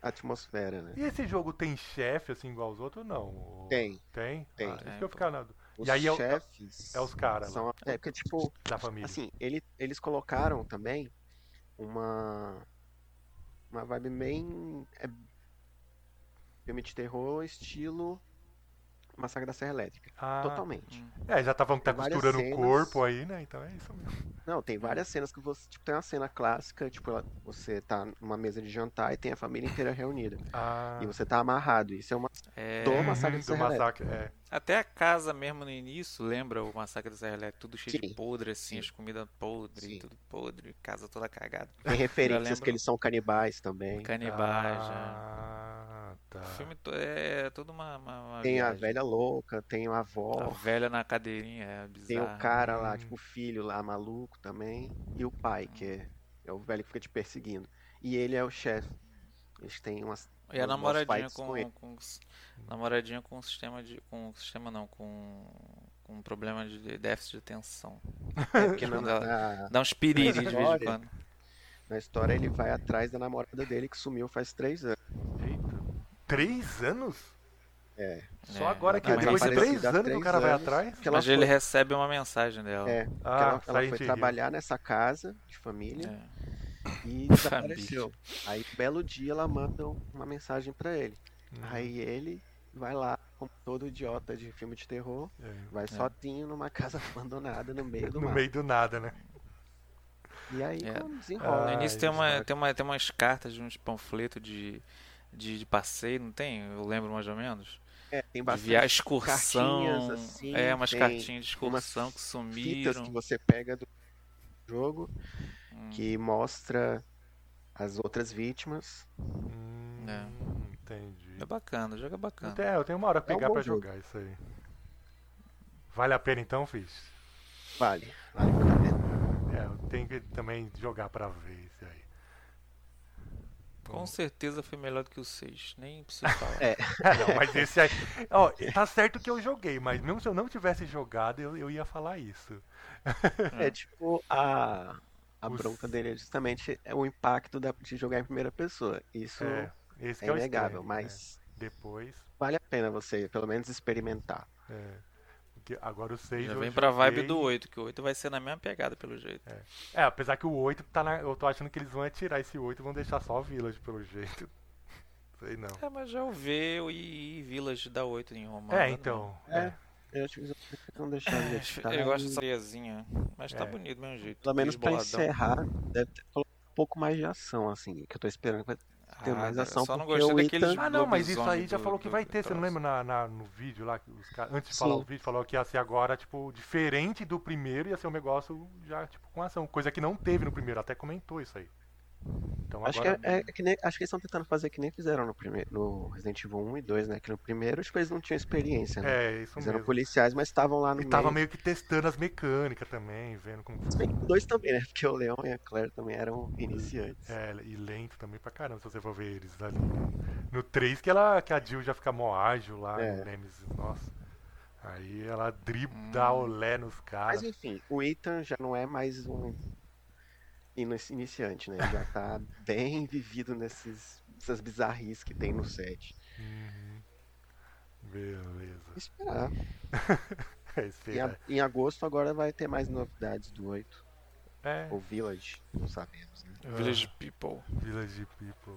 Speaker 4: atmosfera, né?
Speaker 2: E esse jogo tem chefe, assim, igual os outros? Não.
Speaker 4: Tem.
Speaker 2: Tem?
Speaker 4: Tem.
Speaker 2: Ah,
Speaker 4: Tem,
Speaker 2: isso que eu
Speaker 3: pô.
Speaker 2: ficava na dúvida.
Speaker 4: Os
Speaker 2: E aí é o-
Speaker 4: chefes
Speaker 2: é os caras
Speaker 4: são... É, porque, tipo,
Speaker 2: da família.
Speaker 4: assim, ele, eles colocaram também uma... Uma vibe bem... É, filme de terror, estilo... Massacre da Serra Elétrica.
Speaker 2: Ah,
Speaker 4: Totalmente.
Speaker 2: É, já estavam tá
Speaker 4: Tem várias
Speaker 2: costurando o
Speaker 4: cenas.
Speaker 2: corpo aí, né? Então é isso mesmo.
Speaker 4: Não, tem várias cenas que você. Tipo, tem uma cena clássica, tipo, ela- você tá numa mesa de jantar e tem a família inteira reunida.
Speaker 2: Ah,
Speaker 4: E você tá amarrado. Isso é uma.
Speaker 3: É...
Speaker 4: Do massacre
Speaker 2: uhum,
Speaker 4: do Serra
Speaker 2: do massacre. É.
Speaker 3: Até a casa mesmo no início lembra o massacre da Serra Elétrica, tudo cheio de
Speaker 4: Sim.
Speaker 3: podre, assim,
Speaker 4: Sim.
Speaker 3: as comidas podres,
Speaker 4: Sim.
Speaker 3: tudo podre, casa toda cagada.
Speaker 4: Tem referências
Speaker 3: lembro-
Speaker 4: que eles são canibais também.
Speaker 3: Canibais,
Speaker 2: Ah,
Speaker 3: já.
Speaker 2: tá.
Speaker 3: O filme to- é toda uma. uma- uma
Speaker 4: Tem a
Speaker 3: viagem.
Speaker 4: velha louca, tem a
Speaker 3: A
Speaker 4: avó,
Speaker 3: velha na cadeirinha, é
Speaker 4: tem
Speaker 3: bizarro.
Speaker 4: o cara lá,
Speaker 2: Hum.
Speaker 4: tipo, o filho lá, maluco também. E o pai, que é, é o velho que fica te perseguindo. E ele é o chefe. Eles têm umas.
Speaker 3: E a
Speaker 4: umas
Speaker 3: namoradinha
Speaker 4: fights
Speaker 3: com,
Speaker 4: com ele.
Speaker 3: com- namoradinha com sistema de com sistema não, com com problema de déficit de atenção.
Speaker 4: É, porque na,
Speaker 3: Quando
Speaker 4: na-
Speaker 3: Dá uns piriri de vez em
Speaker 4: Olha.
Speaker 3: quando.
Speaker 4: na história ele vai atrás da namorada dele que sumiu faz três anos.
Speaker 2: Eita. Três anos?
Speaker 4: É.
Speaker 2: Só
Speaker 3: É,
Speaker 2: agora que
Speaker 3: mas
Speaker 2: depois de
Speaker 3: aparece-
Speaker 2: três
Speaker 4: há
Speaker 2: anos que o
Speaker 4: três
Speaker 2: cara vai
Speaker 4: anos.
Speaker 2: atrás?
Speaker 4: que ela
Speaker 3: Mas ele
Speaker 4: foi-
Speaker 3: recebe uma mensagem dela.
Speaker 4: É, porque
Speaker 2: Ah,
Speaker 4: ela,
Speaker 2: isso
Speaker 4: ela
Speaker 2: aí
Speaker 4: foi
Speaker 2: te
Speaker 4: trabalhar nessa casa de família
Speaker 3: É.
Speaker 4: e desapareceu. Aí, um belo dia, ela manda uma mensagem pra ele.
Speaker 2: Hum.
Speaker 4: Aí ele vai lá, como todo idiota de filme de terror,
Speaker 2: É.
Speaker 4: vai sozinho numa casa abandonada no meio do
Speaker 2: No
Speaker 4: mar.
Speaker 2: meio do nada, né?
Speaker 4: E aí
Speaker 3: É.
Speaker 4: como desenrola.
Speaker 2: Ah,
Speaker 3: No início tem, uma,
Speaker 4: história.
Speaker 3: tem, uma, tem umas cartas de uns panfletos de, de, de passeio, não tem? Eu lembro mais ou menos.
Speaker 4: É, tem
Speaker 3: De
Speaker 4: bastante
Speaker 3: via excursão.
Speaker 4: cartinhas, assim,
Speaker 3: é, umas
Speaker 4: tem
Speaker 3: cartinhas de excursão
Speaker 4: umas
Speaker 3: que
Speaker 4: fitas que
Speaker 3: sumiram.
Speaker 4: você pega do jogo
Speaker 3: Hum.
Speaker 4: que mostra as outras vítimas.
Speaker 2: Hum,
Speaker 3: É.
Speaker 2: Entendi.
Speaker 3: É bacana, o jogo é
Speaker 2: Eu
Speaker 3: bacana.
Speaker 2: tenho- eu tenho uma hora pra
Speaker 4: É um
Speaker 2: pegar
Speaker 4: bom
Speaker 2: pra
Speaker 4: jogo.
Speaker 2: jogar isso aí. Vale a pena então, Fiz?
Speaker 4: Vale, vale pra caramba.
Speaker 2: É, eu tenho que também jogar pra ver isso aí.
Speaker 3: Com certeza foi melhor do que o 6, nem preciso falar.
Speaker 4: É.
Speaker 2: Ah, Não, mas esse aí. Ó, tá certo que eu joguei, mas mesmo se eu não tivesse jogado, eu, eu ia falar isso.
Speaker 4: É tipo, a, a
Speaker 2: Os-
Speaker 4: bronca dele é justamente é o impacto da- de jogar em primeira pessoa. Isso
Speaker 2: É,
Speaker 4: é,
Speaker 2: esse que é o
Speaker 4: inegável,
Speaker 2: estranho, né?
Speaker 4: mas
Speaker 2: Depois.
Speaker 4: vale a pena você, pelo menos, experimentar.
Speaker 2: é. Porque agora o 6.
Speaker 3: Já
Speaker 2: eu
Speaker 3: vem pra vibe
Speaker 2: joguei.
Speaker 3: do 8, que o 8 vai ser na mesma pegada, pelo jeito.
Speaker 2: É, apesar que o 8 tá na. Eu tô achando que eles vão tirar esse 8 e vão deixar só o Village, pelo jeito. Sei não.
Speaker 3: É, mas já o V e, e Village dá 8 em Roma.
Speaker 2: É, então. Tá
Speaker 4: É. Eu acho que eles vão deixar ele editar.
Speaker 3: É, Eu gosto dessa areiazinha, mas tá
Speaker 2: É.
Speaker 3: bonito do mesmo jeito.
Speaker 4: né? Pelo menos pra
Speaker 3: boladão.
Speaker 4: encerrar, deve ter colocado um pouco mais de ação, assim, que eu tô esperando. que vai- ter mais
Speaker 3: Ah, cara,
Speaker 4: ação,
Speaker 3: Só não
Speaker 4: porque
Speaker 3: gostei
Speaker 4: o
Speaker 3: daqueles
Speaker 4: Ethan-
Speaker 2: Ah, não, mas isso
Speaker 3: lobisomem
Speaker 2: aí já
Speaker 3: do-
Speaker 2: falou que
Speaker 3: do-
Speaker 2: vai
Speaker 3: do
Speaker 2: ter, você não
Speaker 3: troço.
Speaker 2: lembra na, na- no vídeo lá, que os caras, antes de
Speaker 4: Sim.
Speaker 2: falar o vídeo, falou que ia ser agora, tipo, diferente do primeiro, ia ser um negócio já, tipo, com ação, coisa que não teve no primeiro, até comentou isso aí. Então
Speaker 4: Acho que,
Speaker 2: agora...
Speaker 4: é, é que nem- acho que eles estão tentando fazer que nem fizeram no, primeiro, no Resident Evil 1 e 2, né? Que no primeiro, tipo, eles não tinham experiência, né?
Speaker 2: É, isso
Speaker 4: eles eram
Speaker 2: mesmo.
Speaker 4: policiais, mas estavam lá no
Speaker 2: E
Speaker 4: meio.
Speaker 2: tava meio que testando as mecânicas também, vendo como...
Speaker 4: Se bem que o 2 também, né? Porque o Leon e a Claire também eram iniciantes.
Speaker 2: É, e lento também pra caramba, se você for ver eles ali. No 3 que, ela, que a Jill já fica mó ágil lá,
Speaker 4: É.
Speaker 2: no Nemesis, nossa. Aí ela dribla, dá olé nos caras.
Speaker 4: Hum. Mas enfim, o Ethan já não é mais um ino- iniciante, né? Ele já tá bem vivido nesses, nessas bizarrices que tem no set.
Speaker 2: Uhum. Beleza. É
Speaker 4: Esperar.
Speaker 2: Esse
Speaker 4: Em, a- em agosto agora vai ter mais novidades do 8.
Speaker 2: É.
Speaker 4: Ou Village, não sabemos, né?
Speaker 2: Ah,
Speaker 3: Village People.
Speaker 2: Village People.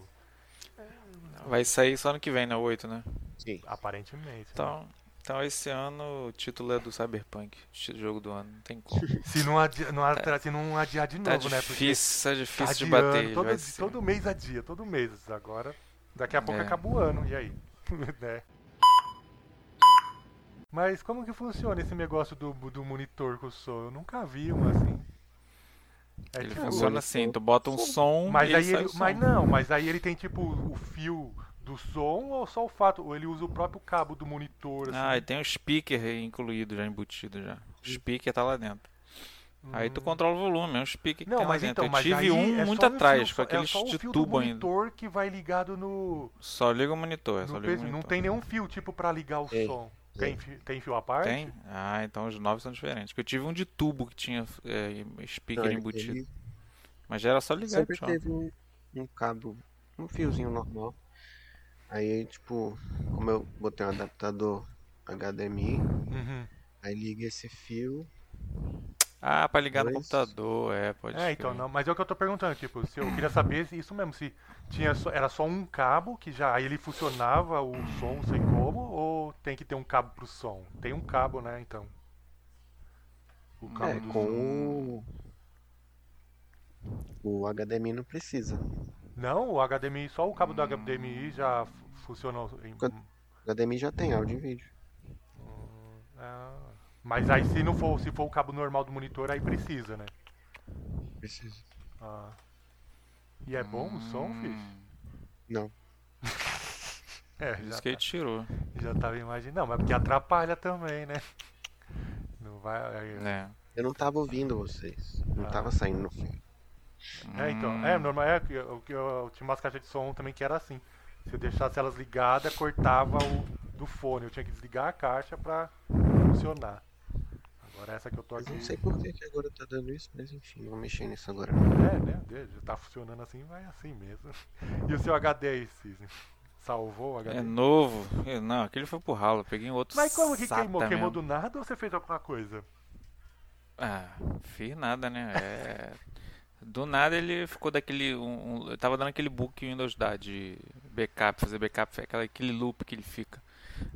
Speaker 3: Vai sair só ano que vem, né? 8, né?
Speaker 4: Sim.
Speaker 2: Aparentemente. né?
Speaker 3: Então, então esse ano o título é do Cyberpunk. ti- Jogo do ano, não tem como.
Speaker 2: Se não, adi- não atra- se não adiar de
Speaker 3: é, Tá
Speaker 2: novo, né? Porque
Speaker 3: difícil, tá
Speaker 2: tá
Speaker 3: difícil de
Speaker 2: adiando,
Speaker 3: bater.
Speaker 2: Todo,
Speaker 3: vai
Speaker 2: di-
Speaker 3: ser.
Speaker 2: todo mês adia, todo mês. Agora, daqui a pouco
Speaker 3: É.
Speaker 2: acaba o ano, e aí? Né? Mas como que funciona esse negócio do, do monitor com o som? Eu nunca vi um assim. É
Speaker 3: Ele
Speaker 2: tipo-
Speaker 3: funciona assim, tu bota um som
Speaker 2: Mas
Speaker 3: e
Speaker 2: aí
Speaker 3: sai
Speaker 2: ele,
Speaker 3: o som.
Speaker 2: mas não, mas aí ele tem tipo o fio do som ou só o fato, ou ele usa o próprio cabo do monitor assim. Hum.
Speaker 3: Ah, e tem o speaker incluído já, embutido já. O speaker tá lá dentro. Aí tu controla o volume, é um speaker que
Speaker 2: Não,
Speaker 3: tem lá
Speaker 2: mas
Speaker 3: dentro.
Speaker 2: então,
Speaker 3: Eu
Speaker 2: mas
Speaker 3: tive
Speaker 2: aí
Speaker 3: um
Speaker 2: é
Speaker 3: muito
Speaker 2: só um
Speaker 3: atrás,
Speaker 2: fio,
Speaker 3: com
Speaker 2: só- é
Speaker 3: aqueles
Speaker 2: só um
Speaker 3: de
Speaker 2: fio
Speaker 3: tubo
Speaker 2: do
Speaker 3: ainda.
Speaker 2: monitor que vai ligado no,
Speaker 3: Só liga o monitor, é só
Speaker 2: no
Speaker 3: liga o
Speaker 2: PC.
Speaker 3: monitor.
Speaker 2: Não tem nenhum fio tipo pra ligar o
Speaker 4: Tem.
Speaker 2: som. Tem, fi- tem fio à parte?
Speaker 3: Tem? Ah, então os novos são diferentes. Porque eu tive um de tubo que tinha é, speaker
Speaker 4: Então, ele-
Speaker 3: embutido.
Speaker 4: ele
Speaker 3: Mas já era só ligar,
Speaker 4: sempre
Speaker 3: tchau.
Speaker 4: teve um, um cabo, um fiozinho normal. Aí, tipo, como eu botei um adaptador HDMI,
Speaker 2: Uhum.
Speaker 4: aí liga esse fio.
Speaker 3: Ah, pra ligar no
Speaker 4: Dois.
Speaker 3: computador, é, pode
Speaker 2: É, então, não, mas é o que eu tô perguntando, tipo, se eu queria saber se isso mesmo, se tinha só- era só um cabo que já aí ele funcionava o som sei como, ou tem que ter um cabo pro som? Tem um cabo, né, então. O cabo
Speaker 4: É,
Speaker 2: do som.
Speaker 4: com o.
Speaker 2: um.
Speaker 4: O HDMI não precisa.
Speaker 2: Não, o HDMI, só o
Speaker 3: Hum.
Speaker 2: cabo do HDMI já fu- funcionou. em-
Speaker 4: Quando- O HDMI já tem áudio e vídeo.
Speaker 2: Ah, mas aí se não for, se for o cabo normal do monitor, aí precisa, né?
Speaker 4: Precisa.
Speaker 2: Ah. E é bom o som, Fish?
Speaker 4: Não.
Speaker 2: É,
Speaker 3: Por
Speaker 2: já
Speaker 3: isso que ele tirou.
Speaker 2: tá- já tava imaginando. Não, mas porque atrapalha também, né? Não vai. É,
Speaker 3: É.
Speaker 4: Eu não tava ouvindo vocês. Não
Speaker 2: Ah.
Speaker 4: tava saindo no fio.
Speaker 2: é, então. É, normal. É, que eu, que eu tinha umas caixas de som também que era assim. Se eu deixasse elas ligadas, cortava o do fone. Eu tinha que desligar a caixa pra funcionar. Agora essa que eu tô
Speaker 4: Mas
Speaker 2: aqui.
Speaker 4: não sei por que que agora tá dando isso, mas enfim, vou mexer nisso agora.
Speaker 2: É, né? Deus, Já tá funcionando assim, vai assim mesmo. E o seu HD aí, Cisne? Salvou o HD?
Speaker 3: É novo. É, Não, aquele foi pro ralo. eu Peguei um outro
Speaker 2: Mas como que
Speaker 3: sata
Speaker 2: queimou? Queimou do
Speaker 3: mesmo.
Speaker 2: nada ou você fez alguma coisa?
Speaker 3: Ah, fiz nada, né? É... Do nada ele ficou daquele. Um, um- eu tava dando aquele bug que o Windows dá de backup, fazer backup, é aquela, aquele loop que ele fica.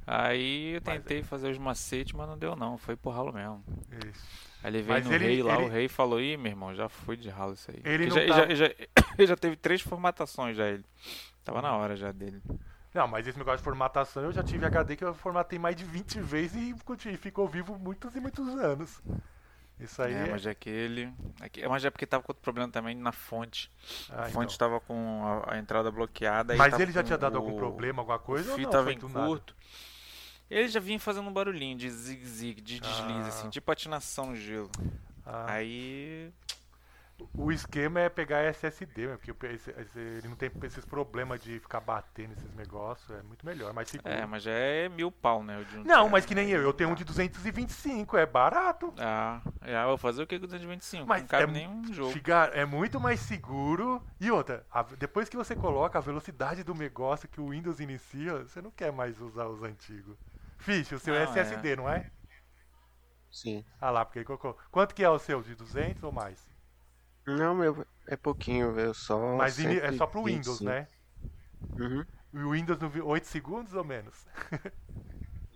Speaker 3: Aí eu
Speaker 2: Mas é.
Speaker 3: tentei fazer os macetes, mas não deu não, foi pro ralo mesmo.
Speaker 2: Ixi.
Speaker 3: Aí ele veio
Speaker 2: Mas
Speaker 3: no
Speaker 2: ele-
Speaker 3: rei lá,
Speaker 2: ele-
Speaker 3: o rei falou, ih, meu irmão, já fui de ralo isso aí.
Speaker 2: Ele
Speaker 3: Porque
Speaker 2: não
Speaker 3: já,
Speaker 2: tava-
Speaker 3: já, já- ele já teve três formatações já ele. Tava na hora já dele.
Speaker 2: Não, mas esse negócio de formatação, eu já tive HD que eu formatei mais de 20 vezes e continu- ficou vivo muitos e muitos anos. Isso aí
Speaker 3: É,
Speaker 2: é...
Speaker 3: mas é que ele. é que- Mas é porque tava com outro problema também na fonte.
Speaker 2: Ah,
Speaker 3: a
Speaker 2: então.
Speaker 3: fonte tava com a, a entrada bloqueada. e
Speaker 2: Mas
Speaker 3: tava
Speaker 2: ele já
Speaker 3: com
Speaker 2: tinha dado
Speaker 3: o-
Speaker 2: algum problema, alguma coisa?
Speaker 3: O
Speaker 2: ou
Speaker 3: fio
Speaker 2: não?
Speaker 3: tava
Speaker 2: Foi
Speaker 3: em
Speaker 2: do nada?
Speaker 3: curto. Ele já vinha fazendo um barulhinho de zigue-zigue, de deslize,
Speaker 2: Ah.
Speaker 3: assim, de patinação no gelo.
Speaker 2: Ah,
Speaker 3: Aí.
Speaker 2: O esquema é pegar SSD, né? porque o esse- esse- ele não tem esses problemas de ficar batendo esses negócios, é muito melhor, mais seguro.
Speaker 3: É, mas já é mil pau, né? o de um
Speaker 2: Não,
Speaker 3: tera,
Speaker 2: mas que
Speaker 3: né?
Speaker 2: nem eu. Eu tenho um de 225, é barato.
Speaker 3: Ah, é, eu vou fazer o que com 225?
Speaker 2: Mas
Speaker 3: não cabe
Speaker 2: é
Speaker 3: nem um jogo.
Speaker 2: Fica- é muito mais seguro. E outra, a- depois que você coloca a velocidade do negócio que o Windows inicia, você não quer mais usar os antigos. Fish, o seu
Speaker 3: Não,
Speaker 2: é SSD, não é?
Speaker 4: Sim.
Speaker 2: Ah lá, porque ele colocou. Quanto que é o seu? De 200 ou mais?
Speaker 4: Não, meu, é pouquinho, viu? Só.
Speaker 2: Mas ini- é só pro Windows,
Speaker 4: 125.
Speaker 2: né?
Speaker 4: Uhum.
Speaker 2: E o Windows não vi- 8 segundos ou menos?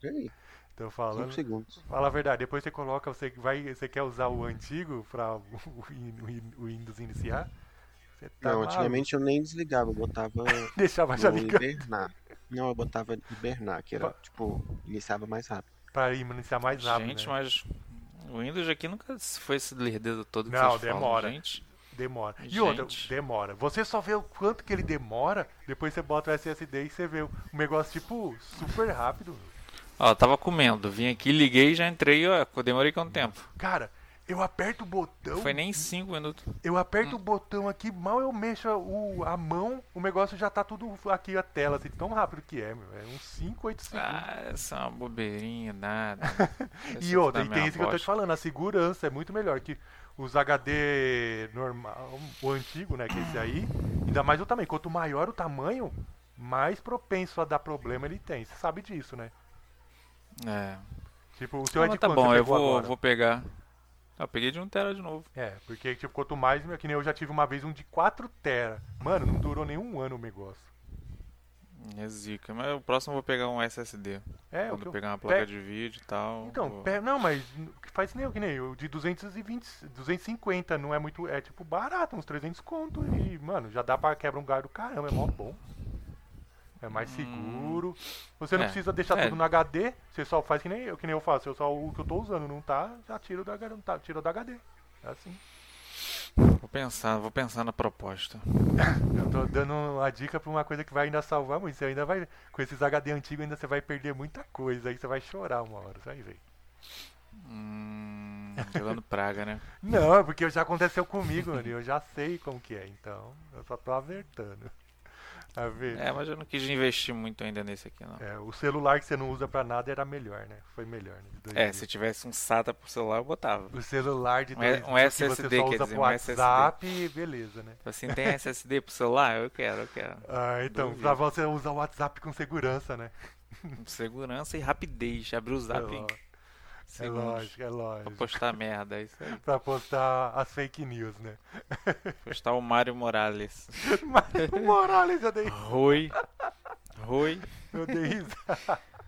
Speaker 4: E É aí,
Speaker 2: Tô
Speaker 4: 5
Speaker 2: falando.
Speaker 4: segundos.
Speaker 2: Fala a verdade, depois você coloca, você vai, você quer usar o antigo pra o, in- o in- o Windows iniciar? Você tá
Speaker 4: não,
Speaker 2: maluco.
Speaker 4: antigamente eu nem desligava, eu botava
Speaker 2: deixava já
Speaker 4: no
Speaker 2: ligado
Speaker 4: hibernar. Não, eu botava hibernar, que era, tipo, iniciava mais rápido.
Speaker 2: pra iniciar mais rápido.
Speaker 3: Gente,
Speaker 2: né?
Speaker 3: mas. O Windows aqui nunca foi esse lerdeza todo que
Speaker 2: Não,
Speaker 3: vocês falam,
Speaker 2: demora.
Speaker 3: gente.
Speaker 2: Demora. E
Speaker 3: Gente.
Speaker 2: outra, demora. Você só vê o quanto que ele demora, depois você bota o SSD e você vê um negócio, tipo, super rápido.
Speaker 3: Ó, eu tava comendo. Vim aqui, liguei, já entrei, ó. Demorei quanto tempo?
Speaker 2: Cara, eu aperto o botão,
Speaker 3: Foi Hum. nem 5 minutos.
Speaker 2: eu aperto o botão aqui, mal eu mexo o, a mão, o negócio já tá tudo aqui a tela, assim, tão rápido que é, meu. É uns 5, 8 segundos.
Speaker 3: Ah, essa é uma bobeirinha, nada.
Speaker 2: E
Speaker 3: tá
Speaker 2: outra, e tem isso que eu tô te falando, a segurança é muito melhor que os HD normal, o antigo, né, que é esse aí, ainda mais o tamanho. Quanto maior o tamanho, mais propenso a dar problema ele tem. Você sabe disso, né?
Speaker 3: É.
Speaker 2: Tipo, o seu
Speaker 3: Então,
Speaker 2: é de
Speaker 3: tá
Speaker 2: quanto
Speaker 3: bom,
Speaker 2: você
Speaker 3: eu
Speaker 2: pegou
Speaker 3: vou,
Speaker 2: agora?
Speaker 3: vou pegar. Ah, Eu peguei de 1 tera de novo.
Speaker 2: É, porque tipo, quanto mais, que nem eu já tive uma vez um de 4 tera. Mano, não durou nenhum ano o negócio.
Speaker 3: É zica. Mas o próximo eu vou pegar um SSD.
Speaker 2: É, o
Speaker 3: Quando
Speaker 2: que
Speaker 3: eu
Speaker 2: eu...
Speaker 3: pegar uma placa
Speaker 2: pe-
Speaker 3: de vídeo e tal.
Speaker 2: Então,
Speaker 3: vou-
Speaker 2: pe- não, mas n- faz nem eu que nem eu, de 220, 250 não é muito, é tipo barato, uns 300 conto e, mano, já dá pra quebra um galho do caramba, é mó bom. É mais seguro. Você não
Speaker 3: Hum. É,
Speaker 2: precisa deixar
Speaker 3: é.
Speaker 2: tudo no HD, você só faz que nem eu, que nem eu faço, eu só o que eu tô usando não tá, já tiro do HD, não tá, tiro do HD. É assim.
Speaker 3: vou pensar, vou pensar na proposta.
Speaker 2: Eu tô dando uma dica pra uma coisa que vai ainda salvar muito. Você ainda vai. Com esses HD antigos ainda você vai perder muita coisa. Aí você vai chorar uma hora. Isso aí, velho.
Speaker 3: Hum, jogando praga, né?
Speaker 2: Não, é porque já aconteceu comigo, mano. e Eu já sei como que é. Então, eu só tô alertando. A ver.
Speaker 3: É, mas eu não quis investir muito ainda nesse aqui, não.
Speaker 2: É, o celular que você não usa pra nada era melhor, né? Foi melhor, né? De dois
Speaker 3: É,
Speaker 2: mil.
Speaker 3: se tivesse um SATA pro celular, eu botava.
Speaker 2: O celular de
Speaker 3: Um é-
Speaker 2: dois
Speaker 3: um
Speaker 2: mil que
Speaker 3: SSD,
Speaker 2: você só
Speaker 3: quer
Speaker 2: usa
Speaker 3: dizer,
Speaker 2: pro
Speaker 3: um
Speaker 2: WhatsApp, beleza, né?
Speaker 3: Assim, tem SSD pro celular? Eu quero, eu quero.
Speaker 2: Ah, então,
Speaker 3: Duvido.
Speaker 2: pra você usar o WhatsApp com segurança, né?
Speaker 3: Segurança e rapidez. Abrir o
Speaker 2: É
Speaker 3: zap em
Speaker 2: lógico, é
Speaker 3: segundos
Speaker 2: lógico, é
Speaker 3: pra
Speaker 2: lógico.
Speaker 3: postar merda. É isso aí.
Speaker 2: Pra postar as fake news, né?
Speaker 3: Postar o Mário Morales.
Speaker 2: Mas o Morales, eu dei,
Speaker 3: Rui. Rui.
Speaker 2: eu dei risada.